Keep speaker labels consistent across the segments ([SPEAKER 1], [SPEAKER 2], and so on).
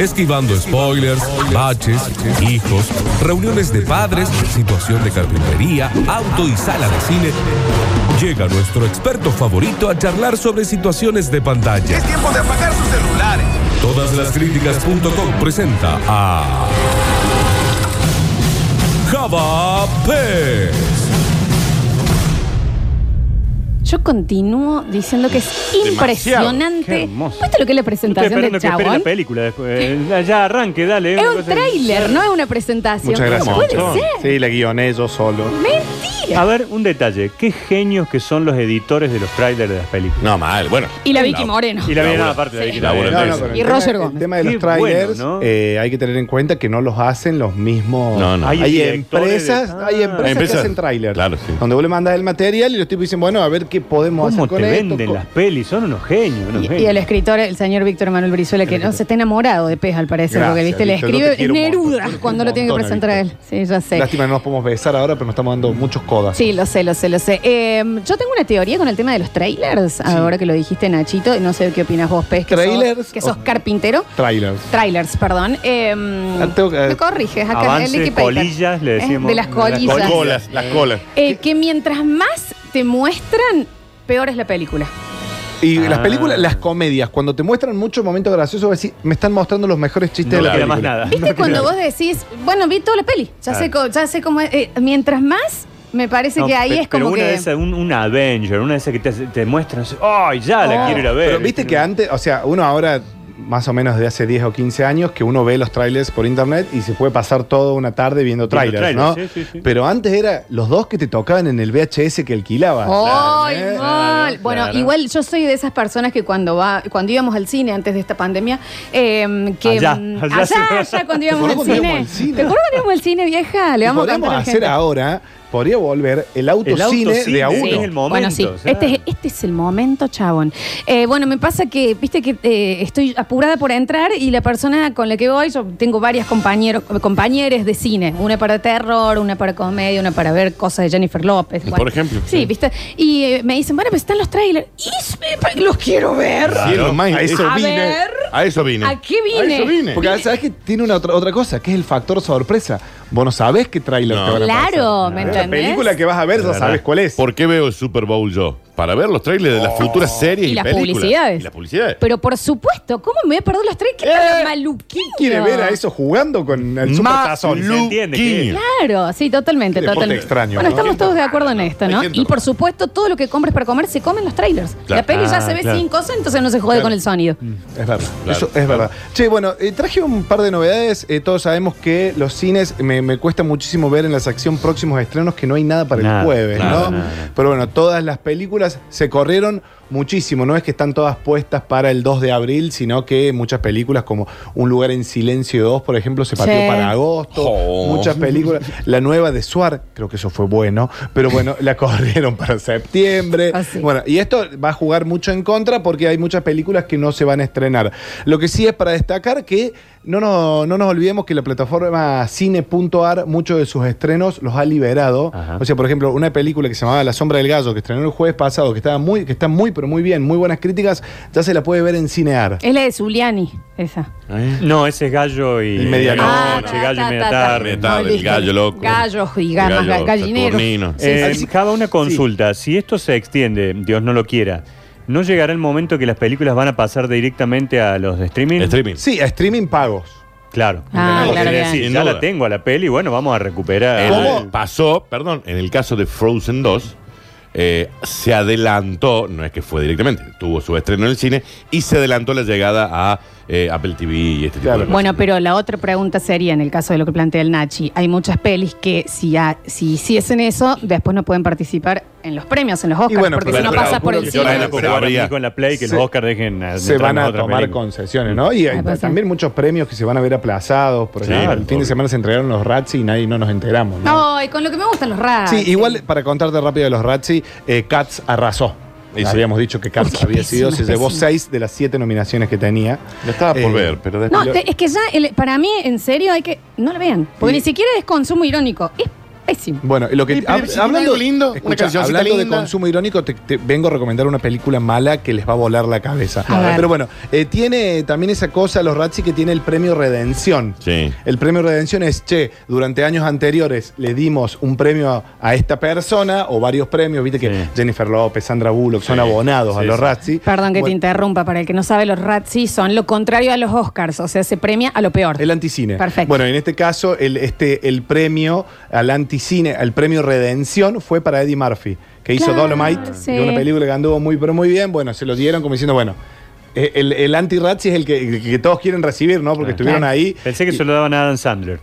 [SPEAKER 1] esquivando spoilers, baches, hijos, reuniones de padres, situación de carpintería, auto y sala de cine. Llega nuestro experto favorito a charlar sobre situaciones de pantalla.
[SPEAKER 2] Es tiempo de apagar sus celulares.
[SPEAKER 1] Todaslaskriticas.com presenta a Java Pez.
[SPEAKER 3] Yo continúo diciendo que es impresionante.
[SPEAKER 4] Qué hermoso.
[SPEAKER 3] ¿Viste lo que es la
[SPEAKER 4] Estoy
[SPEAKER 3] presentación
[SPEAKER 4] esperando
[SPEAKER 3] del
[SPEAKER 4] que espere
[SPEAKER 3] chabón?
[SPEAKER 4] la película después. Eh, Ya arranque, dale.
[SPEAKER 3] Es
[SPEAKER 4] una
[SPEAKER 3] un
[SPEAKER 4] cosa-
[SPEAKER 3] tráiler, no es una presentación.
[SPEAKER 5] Muchas gracias.
[SPEAKER 3] No puede
[SPEAKER 4] Montón.
[SPEAKER 3] ser.
[SPEAKER 5] Sí, la guioné yo solo.
[SPEAKER 4] A
[SPEAKER 3] Mentira.
[SPEAKER 4] ver, un detalle. Qué genios que son los editores de los trailers de las películas.
[SPEAKER 6] No, mal, bueno.
[SPEAKER 5] Ah,
[SPEAKER 3] Y la Vicky
[SPEAKER 6] No.
[SPEAKER 3] Moreno.
[SPEAKER 4] Y la vienen aparte de la
[SPEAKER 3] Sí.
[SPEAKER 4] Vicky
[SPEAKER 6] La
[SPEAKER 4] Moreno.
[SPEAKER 6] buena empresa.
[SPEAKER 5] Eh, pero el
[SPEAKER 3] Y
[SPEAKER 5] tema-
[SPEAKER 3] Roger
[SPEAKER 5] El
[SPEAKER 3] Gómez.
[SPEAKER 5] tema de los
[SPEAKER 4] Qué
[SPEAKER 5] trailers,
[SPEAKER 4] bueno, ¿no?
[SPEAKER 5] eh, hay que tener en cuenta que no los hacen los mismos.
[SPEAKER 6] No, no.
[SPEAKER 5] Hay,
[SPEAKER 4] Hay directores de-
[SPEAKER 5] empresas,
[SPEAKER 4] Ah.
[SPEAKER 5] hay empresas
[SPEAKER 6] Hay
[SPEAKER 5] que
[SPEAKER 6] empresas.
[SPEAKER 5] hacen trailers.
[SPEAKER 6] Claro, sí.
[SPEAKER 5] Donde vos le mandas el material y los tipos dicen, bueno, a ver qué podemos
[SPEAKER 4] ¿Cómo
[SPEAKER 5] hacer
[SPEAKER 4] te
[SPEAKER 5] con esto.
[SPEAKER 4] venden
[SPEAKER 5] co-
[SPEAKER 4] las pelis? Son unos genios. unos
[SPEAKER 3] Y, y
[SPEAKER 4] genios.
[SPEAKER 3] el escritor, el señor Víctor Manuel Brizuela, que no se está enamorado de pez al parecer,
[SPEAKER 5] Gracias,
[SPEAKER 3] porque viste, le
[SPEAKER 5] Víctor, yo te
[SPEAKER 3] escribe
[SPEAKER 5] quiero un montón, yo
[SPEAKER 3] Neruda
[SPEAKER 5] te quiero
[SPEAKER 3] cuando
[SPEAKER 5] un
[SPEAKER 3] lo tiene que
[SPEAKER 5] montón,
[SPEAKER 3] presentar a él.
[SPEAKER 5] Víctor.
[SPEAKER 3] Sí, yo sé.
[SPEAKER 5] Lástima que no nos podemos besar ahora, pero nos estamos dando muchos codas.
[SPEAKER 3] Sí, lo sé, lo sé, lo sé. Eh, yo tengo una teoría con el tema de los trailers, ahora que lo dijiste, Nachito, y no sé qué opinas vos, Pez, que,
[SPEAKER 5] Trailers Oh.
[SPEAKER 3] sos, que sos
[SPEAKER 5] o-
[SPEAKER 3] carpintero.
[SPEAKER 5] Trailers.
[SPEAKER 3] Trailers, perdón. Eh,
[SPEAKER 5] Ah, tengo que-
[SPEAKER 3] me corriges acá
[SPEAKER 4] Avances,
[SPEAKER 3] el Wikipedia.
[SPEAKER 4] colillas, le
[SPEAKER 3] Eh,
[SPEAKER 4] decíamos.
[SPEAKER 3] De las
[SPEAKER 4] De las
[SPEAKER 3] colillas.
[SPEAKER 6] Las colas, las colas.
[SPEAKER 3] Eh, que mientras más te muestran, peor es la película.
[SPEAKER 5] Y
[SPEAKER 4] Ah.
[SPEAKER 5] las películas, las comedias, cuando te muestran muchos momentos graciosos, vas a decir, me están mostrando los mejores chistes
[SPEAKER 4] No
[SPEAKER 5] de la
[SPEAKER 4] queda
[SPEAKER 5] película.
[SPEAKER 4] más nada.
[SPEAKER 3] ¿Viste cuando vos decís, bueno, vi toda la peli? Ya, sé, co- ya sé cómo es. Eh, mientras más, me parece
[SPEAKER 4] No,
[SPEAKER 3] que ahí
[SPEAKER 4] pe-
[SPEAKER 3] es como
[SPEAKER 4] pero una
[SPEAKER 3] que.
[SPEAKER 4] de esas, un, un Avenger, una de esas que te, hace- te muestran, ¡ay, ya Ah, la
[SPEAKER 3] Oh.
[SPEAKER 4] quiero ir a ver!
[SPEAKER 5] Pero viste que antes, o sea, uno ahora, más o menos de hace 10 o 15 años, que uno ve los trailers por internet y se puede pasar toda una tarde viendo trailers,
[SPEAKER 4] trailers,
[SPEAKER 5] ¿no?
[SPEAKER 4] sí, sí, sí.
[SPEAKER 5] Pero antes era los dos que te tocaban en el VHS que alquilabas.
[SPEAKER 3] ¡Ay,
[SPEAKER 5] ¿eh?
[SPEAKER 3] mal! bueno,
[SPEAKER 4] claro.
[SPEAKER 3] igual yo soy de esas personas que cuando va, cuando íbamos al cine antes de esta pandemia, eh, que
[SPEAKER 4] Allá,
[SPEAKER 3] mm,
[SPEAKER 4] allá
[SPEAKER 3] allá,
[SPEAKER 4] se-
[SPEAKER 3] allá, cuando íbamos al
[SPEAKER 5] ¿Te acordás cuando
[SPEAKER 3] cine.
[SPEAKER 5] íbamos al cine?
[SPEAKER 3] ¿Te acuerdas cuando íbamos al cine, vieja? Le
[SPEAKER 5] Y
[SPEAKER 3] vamos a
[SPEAKER 5] podríamos
[SPEAKER 3] contar a la
[SPEAKER 5] hacer
[SPEAKER 3] gente.
[SPEAKER 5] ahora, podría volver el autocine, de a
[SPEAKER 4] autocine.
[SPEAKER 5] uno.
[SPEAKER 4] Es el momento,
[SPEAKER 3] Bueno, sí.
[SPEAKER 4] o sea.
[SPEAKER 3] Este, es, este es el momento, chabón. Eh, bueno, me pasa que, viste que eh, estoy apurada por entrar y la persona con la que voy, yo tengo varias compañeros, compañeros de cine. Una para terror, una para comedia, una para ver cosas de Jennifer López.
[SPEAKER 6] Por ejemplo.
[SPEAKER 3] Sí, viste. Y eh, me dicen, bueno, pero están los trailers. Y se- los quiero ver.
[SPEAKER 6] Sí, es lo más-
[SPEAKER 5] A eso
[SPEAKER 3] A ver.
[SPEAKER 6] A eso vine.
[SPEAKER 3] ¿A qué
[SPEAKER 6] A eso
[SPEAKER 3] vine?
[SPEAKER 6] vine.
[SPEAKER 5] Porque sabes que tiene una otra, otra cosa, que es el factor sorpresa. Vos no sabés qué trailer
[SPEAKER 6] No.
[SPEAKER 5] te van a pasar.
[SPEAKER 3] Claro, ¿me
[SPEAKER 5] La
[SPEAKER 3] entendés?
[SPEAKER 5] película que vas a ver, ya sabes cuál es.
[SPEAKER 6] ¿Por qué veo el Super Bowl yo? Para ver los trailers
[SPEAKER 5] Oh.
[SPEAKER 6] de las futuras series
[SPEAKER 3] Y
[SPEAKER 6] y,
[SPEAKER 3] las
[SPEAKER 6] películas.
[SPEAKER 3] publicidades.
[SPEAKER 6] Y las publicidades.
[SPEAKER 3] Pero por supuesto, ¿cómo me voy a perder los trailers? ¿Qué tal maluquillo?
[SPEAKER 5] ¿Quiere ver a eso jugando con el supertazón?
[SPEAKER 4] Lu- entiende que-
[SPEAKER 3] Claro, sí, totalmente,
[SPEAKER 5] Qué deporte
[SPEAKER 3] totalmente.
[SPEAKER 5] extraño,
[SPEAKER 3] bueno,
[SPEAKER 5] ¿no?
[SPEAKER 3] estamos
[SPEAKER 5] Hay
[SPEAKER 3] todos de acuerdo en esto,
[SPEAKER 6] Hay
[SPEAKER 3] ¿no?
[SPEAKER 6] gente
[SPEAKER 3] Y
[SPEAKER 6] rara.
[SPEAKER 3] por supuesto, todo lo que compres para comer se come en los trailers.
[SPEAKER 6] Claro.
[SPEAKER 3] La peli ya
[SPEAKER 4] Ah,
[SPEAKER 3] se ve
[SPEAKER 4] claro.
[SPEAKER 3] sin cosa, entonces no se jode con el sonido.
[SPEAKER 5] Es verdad,
[SPEAKER 6] Claro,
[SPEAKER 5] eso es
[SPEAKER 6] claro.
[SPEAKER 5] verdad. Che, bueno, eh, traje un par de novedades. Eh, todos sabemos que los cines me, me cuesta muchísimo ver en la sección próximos estrenos que no hay nada para
[SPEAKER 4] Nada,
[SPEAKER 5] el jueves,
[SPEAKER 4] nada, nada,
[SPEAKER 5] ¿no?
[SPEAKER 4] nada.
[SPEAKER 5] Pero bueno, todas las películas se corrieron muchísimo. No es que están todas puestas para el 2 de abril, sino que muchas películas como Un lugar en silencio 2, por ejemplo, se pateó
[SPEAKER 3] Sí.
[SPEAKER 5] para agosto.
[SPEAKER 6] Oh.
[SPEAKER 5] Muchas películas. La nueva de Suar, creo que eso fue bueno, pero bueno, la corrieron para septiembre.
[SPEAKER 3] Ah, sí.
[SPEAKER 5] Bueno, bueno, y esto va a jugar mucho en contra porque hay muchas películas que no se van a estrenar. Lo que sí es para destacar que no nos, no nos olvidemos que la plataforma cine.ar muchos de sus estrenos los ha liberado.
[SPEAKER 4] Ajá.
[SPEAKER 5] O sea, por ejemplo, una película que se llamaba La sombra del gallo que estrenó el jueves pasado, que estaba muy que está muy pero muy bien, muy buenas críticas, ya se la puede ver en Cinear.
[SPEAKER 3] Es la de Zuliani, esa.
[SPEAKER 4] No, ese es gallo y.
[SPEAKER 5] Y medianoche.
[SPEAKER 3] Ah,
[SPEAKER 4] Noche, gallo y
[SPEAKER 3] ta, ta,
[SPEAKER 4] media
[SPEAKER 3] ta, ta.
[SPEAKER 4] tarde.
[SPEAKER 6] Media tarde,
[SPEAKER 3] No, listo.
[SPEAKER 6] el gallo loco.
[SPEAKER 3] Gallos y gamas,
[SPEAKER 6] Gallo,
[SPEAKER 3] gallineros.
[SPEAKER 6] Saturnino.
[SPEAKER 3] Sí,
[SPEAKER 4] Eh,
[SPEAKER 3] sí.
[SPEAKER 4] Java, una consulta. Si esto se extiende, Dios no lo quiera, ¿no llegará el momento que las películas van a pasar directamente a los de streaming?
[SPEAKER 6] Streaming.
[SPEAKER 5] Sí, a streaming pagos.
[SPEAKER 4] Claro.
[SPEAKER 3] Ah,
[SPEAKER 4] Porque
[SPEAKER 3] claro,
[SPEAKER 4] es
[SPEAKER 3] bien.
[SPEAKER 4] decir,
[SPEAKER 6] Sin
[SPEAKER 4] ya
[SPEAKER 6] duda.
[SPEAKER 4] la tengo a la peli, bueno, vamos a recuperar.
[SPEAKER 6] En-
[SPEAKER 5] ¿Cómo?
[SPEAKER 6] Pasó, perdón, en el caso de Frozen 2, eh, se adelantó, no es que fue directamente, tuvo su estreno en el cine y se adelantó la llegada a eh, Apple TV y este tipo
[SPEAKER 5] Claro.
[SPEAKER 6] de cosas.
[SPEAKER 3] Bueno, pero la otra pregunta sería, en el caso de lo que plantea el Nachi, hay muchas pelis que si, ya, si hiciesen eso, después no pueden participar en los premios, en los Oscars,
[SPEAKER 5] bueno,
[SPEAKER 3] porque
[SPEAKER 5] pero-
[SPEAKER 3] si no
[SPEAKER 5] pero-
[SPEAKER 3] pasas por el
[SPEAKER 5] pero-
[SPEAKER 4] Yo
[SPEAKER 3] cine...
[SPEAKER 4] la
[SPEAKER 6] Pero
[SPEAKER 4] pero
[SPEAKER 6] habría-
[SPEAKER 4] dijo en la play que
[SPEAKER 5] se-
[SPEAKER 4] los Oscar dejen. a-
[SPEAKER 5] se
[SPEAKER 4] entrar
[SPEAKER 5] van a
[SPEAKER 4] otra
[SPEAKER 5] tomar
[SPEAKER 4] película.
[SPEAKER 5] concesiones, ¿no? Y hay
[SPEAKER 3] Ah, pues,
[SPEAKER 5] también muchos premios que se van a ver aplazados. Por
[SPEAKER 6] Sí,
[SPEAKER 5] ejemplo, el
[SPEAKER 6] obvio.
[SPEAKER 5] fin de semana se entregaron los Rats y nadie no nos enteramos. ¿no?
[SPEAKER 3] No, y con lo que me gustan los
[SPEAKER 6] Ah,
[SPEAKER 3] raros.
[SPEAKER 5] Sí, igual para contarte rápido de los Razzi, eh, Cats arrasó.
[SPEAKER 6] Y sí.
[SPEAKER 5] Habíamos dicho que
[SPEAKER 3] Porque
[SPEAKER 5] Cats
[SPEAKER 3] es
[SPEAKER 5] había sido, se
[SPEAKER 3] pésima,
[SPEAKER 5] llevó
[SPEAKER 3] pésima.
[SPEAKER 5] seis de las siete nominaciones que tenía.
[SPEAKER 6] Lo estaba Ah, por
[SPEAKER 5] Eh,
[SPEAKER 6] ver, pero después.
[SPEAKER 3] No, te- es que ya, el- para mí, en serio, hay que. No lo vean. Porque
[SPEAKER 5] Sí.
[SPEAKER 3] ni siquiera es consumo irónico. Es Pésimo.
[SPEAKER 5] Bueno, y lo que
[SPEAKER 6] Y, pero,
[SPEAKER 5] hab-
[SPEAKER 6] si tiene
[SPEAKER 5] hablando
[SPEAKER 6] algo lindo, una
[SPEAKER 5] escucha,
[SPEAKER 6] cancioncita
[SPEAKER 5] hablando de
[SPEAKER 6] linda.
[SPEAKER 5] consumo irónico, te, te vengo a recomendar una película mala que les va a volar la cabeza.
[SPEAKER 3] A ver.
[SPEAKER 5] Pero bueno, eh, tiene también esa cosa los Ratzi que tiene el premio Redención.
[SPEAKER 6] Sí.
[SPEAKER 5] El premio Redención es, che, durante años anteriores le dimos un premio a, a esta persona o varios premios, viste que
[SPEAKER 4] Sí.
[SPEAKER 5] Jennifer López, Sandra Bullock son abonados a
[SPEAKER 4] sí,
[SPEAKER 5] los
[SPEAKER 4] sí.
[SPEAKER 5] Razzi.
[SPEAKER 3] Perdón que te
[SPEAKER 5] Bueno,
[SPEAKER 3] interrumpa, para el que no sabe, los Razzies son lo contrario a los Oscars, o sea, se premia a lo peor.
[SPEAKER 5] El anticine.
[SPEAKER 3] Perfecto.
[SPEAKER 5] Bueno, en este caso, el, este, el premio al anticine, el premio Redención, fue para Eddie Murphy, que hizo
[SPEAKER 3] Claro,
[SPEAKER 5] Dolomite,
[SPEAKER 3] sí.
[SPEAKER 5] que es una película que anduvo muy, pero muy bien. Bueno, se lo dieron como diciendo, bueno, eh, el, el anti-Razzi es el que, el que todos quieren recibir, ¿no?
[SPEAKER 4] Claro.
[SPEAKER 5] Porque estuvieron
[SPEAKER 3] Claro.
[SPEAKER 5] ahí.
[SPEAKER 4] Pensé que
[SPEAKER 5] Y-
[SPEAKER 4] se lo daban a Adam Sandler.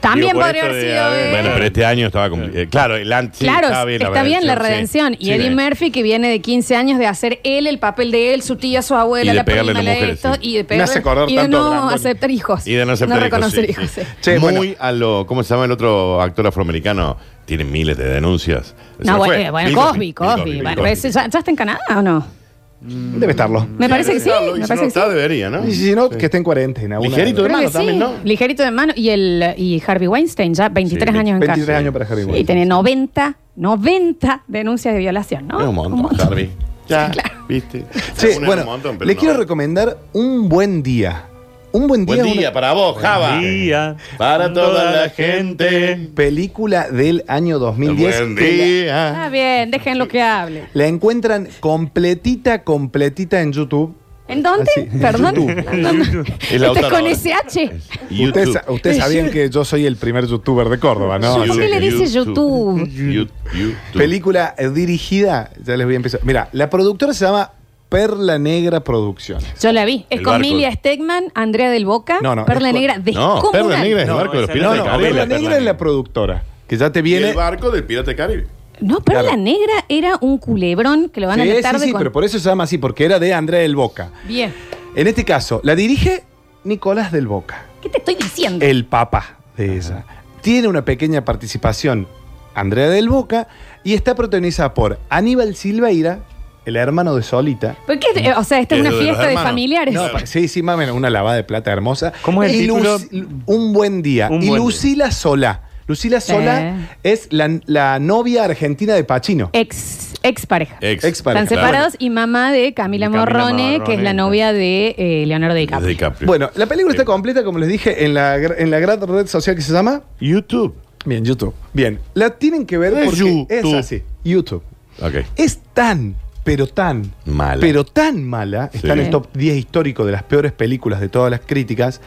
[SPEAKER 3] También
[SPEAKER 4] Digo, por
[SPEAKER 3] podría
[SPEAKER 4] esto
[SPEAKER 3] haber
[SPEAKER 4] de
[SPEAKER 3] sido.
[SPEAKER 4] haber-
[SPEAKER 3] eh,
[SPEAKER 6] Bueno, pero este año estaba compli- eh, Claro, el antes.
[SPEAKER 3] Claro, está bien la redención. Y Eddie
[SPEAKER 6] Merck
[SPEAKER 3] Murphy, que viene de 15 años de hacer él el papel de él, su tía, su abuela,
[SPEAKER 6] Y de
[SPEAKER 3] la
[SPEAKER 6] pegarle a
[SPEAKER 3] prima,
[SPEAKER 6] las
[SPEAKER 3] la
[SPEAKER 6] mujeres,
[SPEAKER 3] esto,
[SPEAKER 6] sí.
[SPEAKER 3] y de,
[SPEAKER 5] Me
[SPEAKER 3] pegarle-
[SPEAKER 5] hace acordar
[SPEAKER 3] y de
[SPEAKER 5] tanto a
[SPEAKER 3] no
[SPEAKER 5] Brandon.
[SPEAKER 3] aceptar hijos.
[SPEAKER 6] Y de no aceptar hijos,
[SPEAKER 3] reconocer
[SPEAKER 6] sí,
[SPEAKER 3] hijos.
[SPEAKER 6] sí.
[SPEAKER 3] sí.
[SPEAKER 5] Che,
[SPEAKER 6] Muy
[SPEAKER 5] bueno.
[SPEAKER 6] a lo. ¿Cómo se llama el otro actor afroamericano? Tiene miles de denuncias. Se
[SPEAKER 3] No,
[SPEAKER 6] me
[SPEAKER 3] bueno,
[SPEAKER 6] fue.
[SPEAKER 3] eh, bueno,
[SPEAKER 6] Bill
[SPEAKER 3] Cosby, Cosby.
[SPEAKER 6] Bill
[SPEAKER 3] bueno,
[SPEAKER 6] Cosby.
[SPEAKER 3] pero ese- ¿ya, ya está en Canadá o no?
[SPEAKER 5] Debe estarlo.
[SPEAKER 3] Me parece que sí.
[SPEAKER 6] Claro, y
[SPEAKER 3] Me
[SPEAKER 6] si no
[SPEAKER 3] parece que sí.
[SPEAKER 6] está, debería, ¿no?
[SPEAKER 5] Y si no, que esté en cuarentena. una-
[SPEAKER 6] Ligerito de
[SPEAKER 3] Creo que
[SPEAKER 6] mano
[SPEAKER 3] sí.
[SPEAKER 6] también, ¿no?
[SPEAKER 3] Ligerito de mano. Y, el, y Harvey Weinstein, ya 23
[SPEAKER 6] Sí,
[SPEAKER 3] años en
[SPEAKER 5] 23
[SPEAKER 3] cárcel.
[SPEAKER 5] años para Harry
[SPEAKER 3] Y
[SPEAKER 5] Weinstein.
[SPEAKER 3] tiene 90, 90 denuncias de violación, ¿no?
[SPEAKER 6] Es un montón, Harvey. Ya, viste.
[SPEAKER 5] Che,
[SPEAKER 6] Una es
[SPEAKER 5] bueno,
[SPEAKER 6] un montón, pero
[SPEAKER 5] le
[SPEAKER 6] no.
[SPEAKER 5] quiero recomendar Un Buen Día. Un Buen Día
[SPEAKER 6] Buen
[SPEAKER 5] es una
[SPEAKER 6] día para vos, Java.
[SPEAKER 4] Día
[SPEAKER 6] Para toda la gente.
[SPEAKER 5] película del año 2010.
[SPEAKER 6] Buen
[SPEAKER 5] que la-
[SPEAKER 6] día.
[SPEAKER 3] Está bien, déjenlo que hable.
[SPEAKER 5] La encuentran completita, completita en YouTube.
[SPEAKER 3] ¿En dónde?
[SPEAKER 6] Ah,
[SPEAKER 5] Así, en
[SPEAKER 3] Perdón.
[SPEAKER 5] YouTube.
[SPEAKER 3] ¿En dónde?
[SPEAKER 6] Es la
[SPEAKER 3] Este es
[SPEAKER 6] otra
[SPEAKER 3] con
[SPEAKER 6] hora.
[SPEAKER 3] SH.
[SPEAKER 5] Ustedes,
[SPEAKER 6] YouTube.
[SPEAKER 5] sa- ustedes sabían que yo soy el primer youtuber de Córdoba,
[SPEAKER 6] Ah,
[SPEAKER 5] ¿no?
[SPEAKER 3] ¿Por
[SPEAKER 5] Así
[SPEAKER 3] qué le
[SPEAKER 5] que-
[SPEAKER 3] dice YouTube?
[SPEAKER 6] You- YouTube.
[SPEAKER 5] película eh, dirigida, ya les voy a empezar. Mira, la productora se llama Perla Negra Producciones.
[SPEAKER 3] Yo la vi. Es
[SPEAKER 6] El
[SPEAKER 3] con
[SPEAKER 6] barco.
[SPEAKER 3] Milia Stegman, Andrea del Boca,
[SPEAKER 5] No, no,
[SPEAKER 3] Perla
[SPEAKER 5] es con-
[SPEAKER 3] Negra.
[SPEAKER 6] No,
[SPEAKER 3] descomunal.
[SPEAKER 6] Perla Negra es el
[SPEAKER 4] No,
[SPEAKER 6] barco de los
[SPEAKER 4] esa
[SPEAKER 6] piratas
[SPEAKER 4] no,
[SPEAKER 5] No,
[SPEAKER 6] de
[SPEAKER 5] no,
[SPEAKER 4] Perla
[SPEAKER 6] Caribe.
[SPEAKER 5] Perla
[SPEAKER 4] Negra.
[SPEAKER 5] Negra es la productora, que ya te
[SPEAKER 6] Y
[SPEAKER 5] viene.
[SPEAKER 6] el barco del pirata de Caribe.
[SPEAKER 3] No, Perla
[SPEAKER 5] Claro.
[SPEAKER 3] Negra era un culebrón que lo van a
[SPEAKER 5] Sí,
[SPEAKER 3] meter
[SPEAKER 5] sí,
[SPEAKER 3] tarde
[SPEAKER 5] sí,
[SPEAKER 3] con...
[SPEAKER 5] pero por eso se llama así, porque era de Andrea del Boca.
[SPEAKER 3] Bien.
[SPEAKER 5] En este caso, la dirige Nicolás del Boca.
[SPEAKER 3] ¿Qué te estoy diciendo?
[SPEAKER 5] el papá de ella. Tiene una pequeña participación Andrea del Boca y está protagonizada por Aníbal Silveira, el hermano de Solita.
[SPEAKER 3] ¿Por qué? Eh, O sea, esta
[SPEAKER 6] Que
[SPEAKER 3] es una
[SPEAKER 6] es de los
[SPEAKER 3] fiesta de
[SPEAKER 6] hermanos.
[SPEAKER 3] familiares.
[SPEAKER 6] No,
[SPEAKER 5] Pa- Sí, sí, más o menos, una lavada de plata hermosa.
[SPEAKER 4] ¿Cómo es el
[SPEAKER 5] Y
[SPEAKER 4] título?
[SPEAKER 5] Luci- un buen día.
[SPEAKER 4] Un
[SPEAKER 5] y
[SPEAKER 4] buen
[SPEAKER 5] Lucila Solá. Lucila Solá
[SPEAKER 3] Eh.
[SPEAKER 5] es la, la novia argentina de Pachino.
[SPEAKER 3] Ex, ex pareja.
[SPEAKER 6] Ex.
[SPEAKER 5] Ex pareja.
[SPEAKER 3] Están separados y mamá de Camila,
[SPEAKER 4] De Camila
[SPEAKER 3] Morrone, que es la
[SPEAKER 4] Morrone.
[SPEAKER 3] novia de eh, Leonardo
[SPEAKER 6] Claro.
[SPEAKER 3] DiCaprio.
[SPEAKER 6] DiCaprio.
[SPEAKER 5] Bueno, la película está completa, como les dije, en la, gra- en la gran red social que se llama
[SPEAKER 6] YouTube.
[SPEAKER 5] Bien, YouTube. Bien, la tienen que ver
[SPEAKER 6] Es
[SPEAKER 5] porque es
[SPEAKER 6] YouTube.
[SPEAKER 5] así. YouTube.
[SPEAKER 6] Ok.
[SPEAKER 5] Es tan, pero tan
[SPEAKER 6] Mala.
[SPEAKER 5] Pero tan mala,
[SPEAKER 6] Sí.
[SPEAKER 5] está en el top 10 histórico de las peores películas de todas las críticas.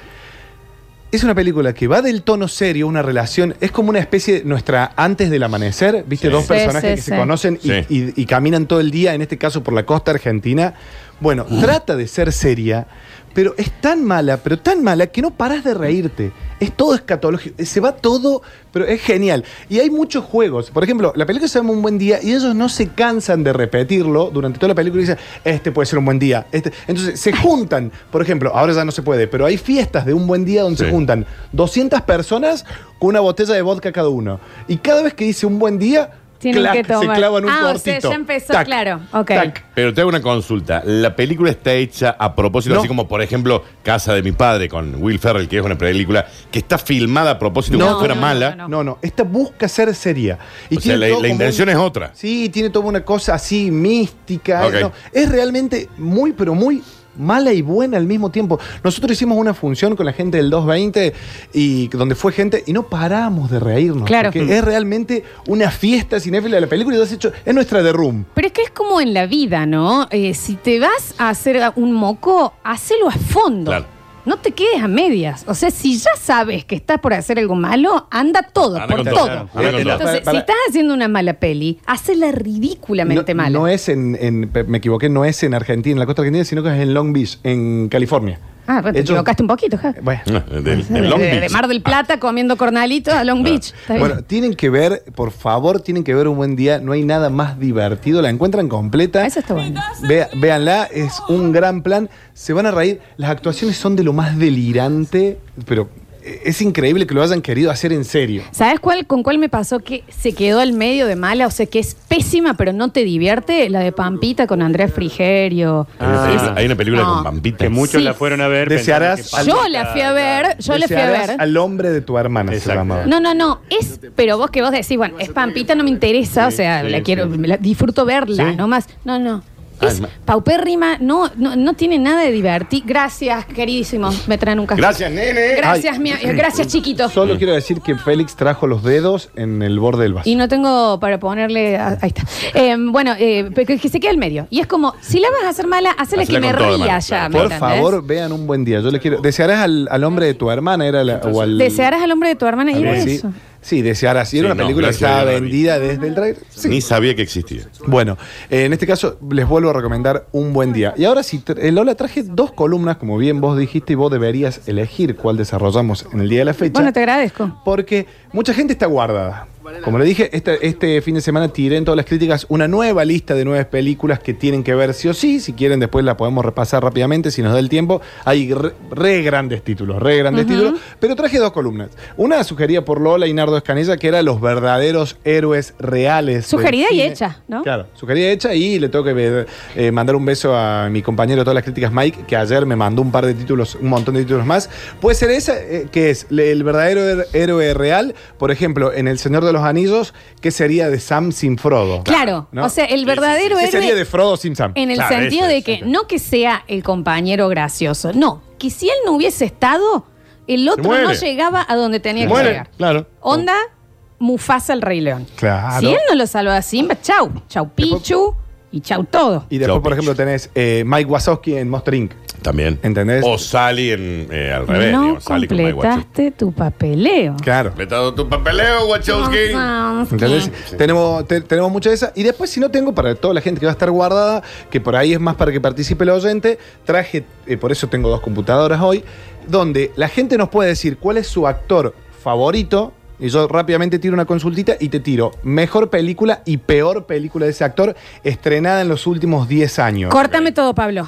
[SPEAKER 5] Es una película que va del tono serio, una relación, es como una especie de nuestra antes del amanecer, viste,
[SPEAKER 6] Sí.
[SPEAKER 5] dos
[SPEAKER 3] Sí,
[SPEAKER 5] personajes
[SPEAKER 3] sí,
[SPEAKER 5] que
[SPEAKER 3] sí.
[SPEAKER 5] se conocen y,
[SPEAKER 6] Sí.
[SPEAKER 5] y- y caminan todo el día, en este caso por la costa argentina. Bueno, trata de ser seria, pero es tan mala, pero tan mala que no paras de reírte. Es todo escatológico, eh, se va todo, pero es genial. Y hay muchos juegos. Por ejemplo, la película se llama Un Buen Día y ellos no se cansan de repetirlo durante toda la película y dicen, este puede ser un buen día. este". Entonces se juntan, por ejemplo, ahora ya no se puede, pero hay fiestas de un buen día donde se
[SPEAKER 6] Sí.
[SPEAKER 5] juntan 200 personas con una botella de vodka cada uno. Y cada vez que dice un buen día,
[SPEAKER 3] Tienen
[SPEAKER 5] clac,
[SPEAKER 3] que tomar.
[SPEAKER 5] se clavan un
[SPEAKER 3] Ah, o sea,
[SPEAKER 5] cortito.
[SPEAKER 3] ya empezó, claro, ok.
[SPEAKER 6] Pero te hago una consulta. La película está hecha a propósito,
[SPEAKER 5] No.
[SPEAKER 6] así como por ejemplo Casa de mi padre con Will Ferrell, que es una película que está filmada a propósito como
[SPEAKER 5] No,
[SPEAKER 6] si fuera
[SPEAKER 3] no,
[SPEAKER 6] mala.
[SPEAKER 3] no,
[SPEAKER 5] No, no, esta busca ser seria. Y
[SPEAKER 6] O sea,
[SPEAKER 5] tiene
[SPEAKER 6] la,
[SPEAKER 5] todo
[SPEAKER 6] la
[SPEAKER 5] como
[SPEAKER 6] intención
[SPEAKER 5] un-
[SPEAKER 6] es otra.
[SPEAKER 5] Sí, tiene toda una cosa así mística.
[SPEAKER 6] Ok.
[SPEAKER 5] No, es realmente muy, pero muy mala y buena al mismo tiempo. Nosotros hicimos una función con la gente del 220 y donde fue gente y no paramos de reírnos.
[SPEAKER 3] Claro.
[SPEAKER 5] Porque es realmente una fiesta cinéfila de la película y lo has hecho, es nuestra The Room.
[SPEAKER 3] Pero es que es como en la vida, ¿no? Eh, si te vas a hacer un moco, hacelo a fondo.
[SPEAKER 6] Claro.
[SPEAKER 3] No te quedes a medias. O sea, si ya sabes que estás por hacer algo malo, anda todo,
[SPEAKER 6] Anda
[SPEAKER 3] por
[SPEAKER 6] con
[SPEAKER 3] todo.
[SPEAKER 6] todo, claro. Anda con todo.
[SPEAKER 3] Entonces,
[SPEAKER 5] Para- para-
[SPEAKER 3] si estás haciendo una mala peli, hacela ridículamente
[SPEAKER 5] no,
[SPEAKER 3] mala.
[SPEAKER 5] no es en, en- pe- me equivoqué, no es en Argentina, en la costa argentina, sino que es en Long Beach, en California.
[SPEAKER 3] Ah, pero te
[SPEAKER 5] Ellos-
[SPEAKER 3] equivocaste un poquito, ja.
[SPEAKER 5] Bueno.
[SPEAKER 6] Ah, De, de- de
[SPEAKER 3] De-
[SPEAKER 6] Long
[SPEAKER 3] de- de
[SPEAKER 6] Beach. Ah.
[SPEAKER 3] Mar del Plata comiendo cornalitos a Long Beach. Está bien.
[SPEAKER 5] Bueno, tienen que ver, por favor, tienen que ver un buen día. No hay nada más divertido. La encuentran completa.
[SPEAKER 3] Eso está bueno.
[SPEAKER 5] Ve- véanla, es un gran plan. Se van a reír. Las actuaciones son de lo más delirante, pero eh, es increíble que lo hayan querido hacer en serio.
[SPEAKER 3] ¿Sabes cuál, con cuál me pasó que se quedó al medio de mala? O sea, que es pésima, pero no te divierte. La de Pampita con Andrés Frigerio.
[SPEAKER 6] Hay una película-
[SPEAKER 3] Esa-
[SPEAKER 6] Hay una película
[SPEAKER 3] Ah. No.
[SPEAKER 6] con Pampita.
[SPEAKER 4] Que muchos
[SPEAKER 3] Sí.
[SPEAKER 4] la fueron a ver.
[SPEAKER 5] Desearás
[SPEAKER 4] pensando que
[SPEAKER 3] Yo
[SPEAKER 4] Pampita-
[SPEAKER 3] la fui a ver, yo la fui a
[SPEAKER 5] Desearás
[SPEAKER 3] ver.
[SPEAKER 5] Al hombre de tu hermana se
[SPEAKER 4] Exacto.
[SPEAKER 5] llamaba.
[SPEAKER 3] No, no, no, es, pero vos que vos decís, bueno, es Pampita, no me interesa, o sea,
[SPEAKER 4] sí,
[SPEAKER 3] la quiero,
[SPEAKER 4] sí.
[SPEAKER 3] me la- disfruto verla,
[SPEAKER 6] Sí.
[SPEAKER 3] nomás. No, no.
[SPEAKER 6] Ay,
[SPEAKER 3] Es
[SPEAKER 6] ma-
[SPEAKER 3] paupérrima, no, no, no tiene nada de divertir. Gracias, queridísimo. Me traen un café.
[SPEAKER 6] Gracias, nene.
[SPEAKER 3] Gracias, mi- gracias, chiquito.
[SPEAKER 5] Solo quiero decir que Félix trajo los dedos en el borde del vaso.
[SPEAKER 3] Y no tengo para ponerle. a- ahí está. Eh, bueno, eh, pero que se quede al medio. Y es como, si la vas a hacer mala, hazla
[SPEAKER 6] Hacela
[SPEAKER 3] que me
[SPEAKER 6] con todo,
[SPEAKER 3] ría
[SPEAKER 6] hermano.
[SPEAKER 3] ya. ¿me
[SPEAKER 5] Por
[SPEAKER 3] entendés?
[SPEAKER 5] favor, vean un buen día. Yo le quiero. ¿Desearás al, al hombre de tu hermana? Era la- o al,
[SPEAKER 3] Desearás al hombre de tu hermana y
[SPEAKER 5] algo
[SPEAKER 3] era
[SPEAKER 5] así?
[SPEAKER 3] eso.
[SPEAKER 5] Sí, desearás. Y era
[SPEAKER 6] Sí,
[SPEAKER 5] una
[SPEAKER 6] no,
[SPEAKER 5] película que
[SPEAKER 6] gracias, ya
[SPEAKER 5] estaba
[SPEAKER 6] la vi.
[SPEAKER 5] vendida desde el trailer. Sí.
[SPEAKER 6] Ni sabía que existía.
[SPEAKER 5] Bueno, eh, en este caso les vuelvo a recomendar un buen día. Y ahora sí, tr- eh, Lola traje dos columnas, como bien vos dijiste, y vos deberías elegir cuál desarrollamos en el día de la fecha.
[SPEAKER 3] Bueno, te agradezco.
[SPEAKER 5] Porque mucha gente está guardada. Como le dije, este, este fin de semana tiré en todas las críticas una nueva lista de nueve películas que tienen que ver sí o sí. Si quieren, después la podemos repasar rápidamente si nos da el tiempo. Hay re, re grandes títulos, re grandes títulos. Pero traje dos columnas. Una sugerida por Lola y Nardo Escanella, que era los verdaderos héroes reales. del
[SPEAKER 3] Sugerida y
[SPEAKER 5] cine.
[SPEAKER 3] hecha, ¿no?
[SPEAKER 5] Claro, sugerida y hecha. Y le tengo que ver- eh, mandar un beso a mi compañero de todas las críticas, Mike, que ayer me mandó un par de títulos, un montón de títulos más. Puede ser esa, eh, que es le- el verdadero her- héroe real, por ejemplo, en El Señor de los Anillos, que sería de Sam sin Frodo.
[SPEAKER 3] Claro.
[SPEAKER 5] ¿no?
[SPEAKER 3] O sea, el
[SPEAKER 6] Sí, sí, sí.
[SPEAKER 5] ¿Qué
[SPEAKER 3] verdadero
[SPEAKER 5] sería
[SPEAKER 3] héroe.
[SPEAKER 5] de Frodo sin Sam?
[SPEAKER 3] En el
[SPEAKER 4] Claro,
[SPEAKER 3] sentido
[SPEAKER 4] eso
[SPEAKER 3] de
[SPEAKER 4] es,
[SPEAKER 3] que
[SPEAKER 4] eso es.
[SPEAKER 3] no que sea el compañero gracioso, no, que si él no hubiese estado, el otro no
[SPEAKER 6] muere.
[SPEAKER 3] llegaba a donde tenía que
[SPEAKER 6] Muere,
[SPEAKER 3] llegar.
[SPEAKER 6] claro.
[SPEAKER 3] Onda, Mufasa el Rey León.
[SPEAKER 5] Claro.
[SPEAKER 3] Si él no lo salvó a Simba, chau, chau Pichu y chau todo.
[SPEAKER 5] Y después,
[SPEAKER 6] Chau,
[SPEAKER 5] por ejemplo, tenés eh, Mike Wazowski en Monster Inc.
[SPEAKER 6] También.
[SPEAKER 5] ¿Entendés?
[SPEAKER 6] O Sally en, eh, al revés.
[SPEAKER 3] no
[SPEAKER 6] digamos, Sally con Mike Wachowski.
[SPEAKER 3] completaste tu papeleo.
[SPEAKER 5] Claro.
[SPEAKER 6] Completado tu papeleo, Wachowski.
[SPEAKER 5] ¿Entendés? Tenemos, te- tenemos mucha de esa. Y después, si no tengo, para toda la gente que va a estar guardada, que por ahí es más para que participe el oyente, traje, eh, por eso tengo dos computadoras hoy, donde la gente nos puede decir cuál es su actor favorito. Y yo rápidamente tiro una consultita y te tiro mejor película y peor película de ese actor estrenada en los últimos 10 años.
[SPEAKER 3] Córtame todo, Pablo.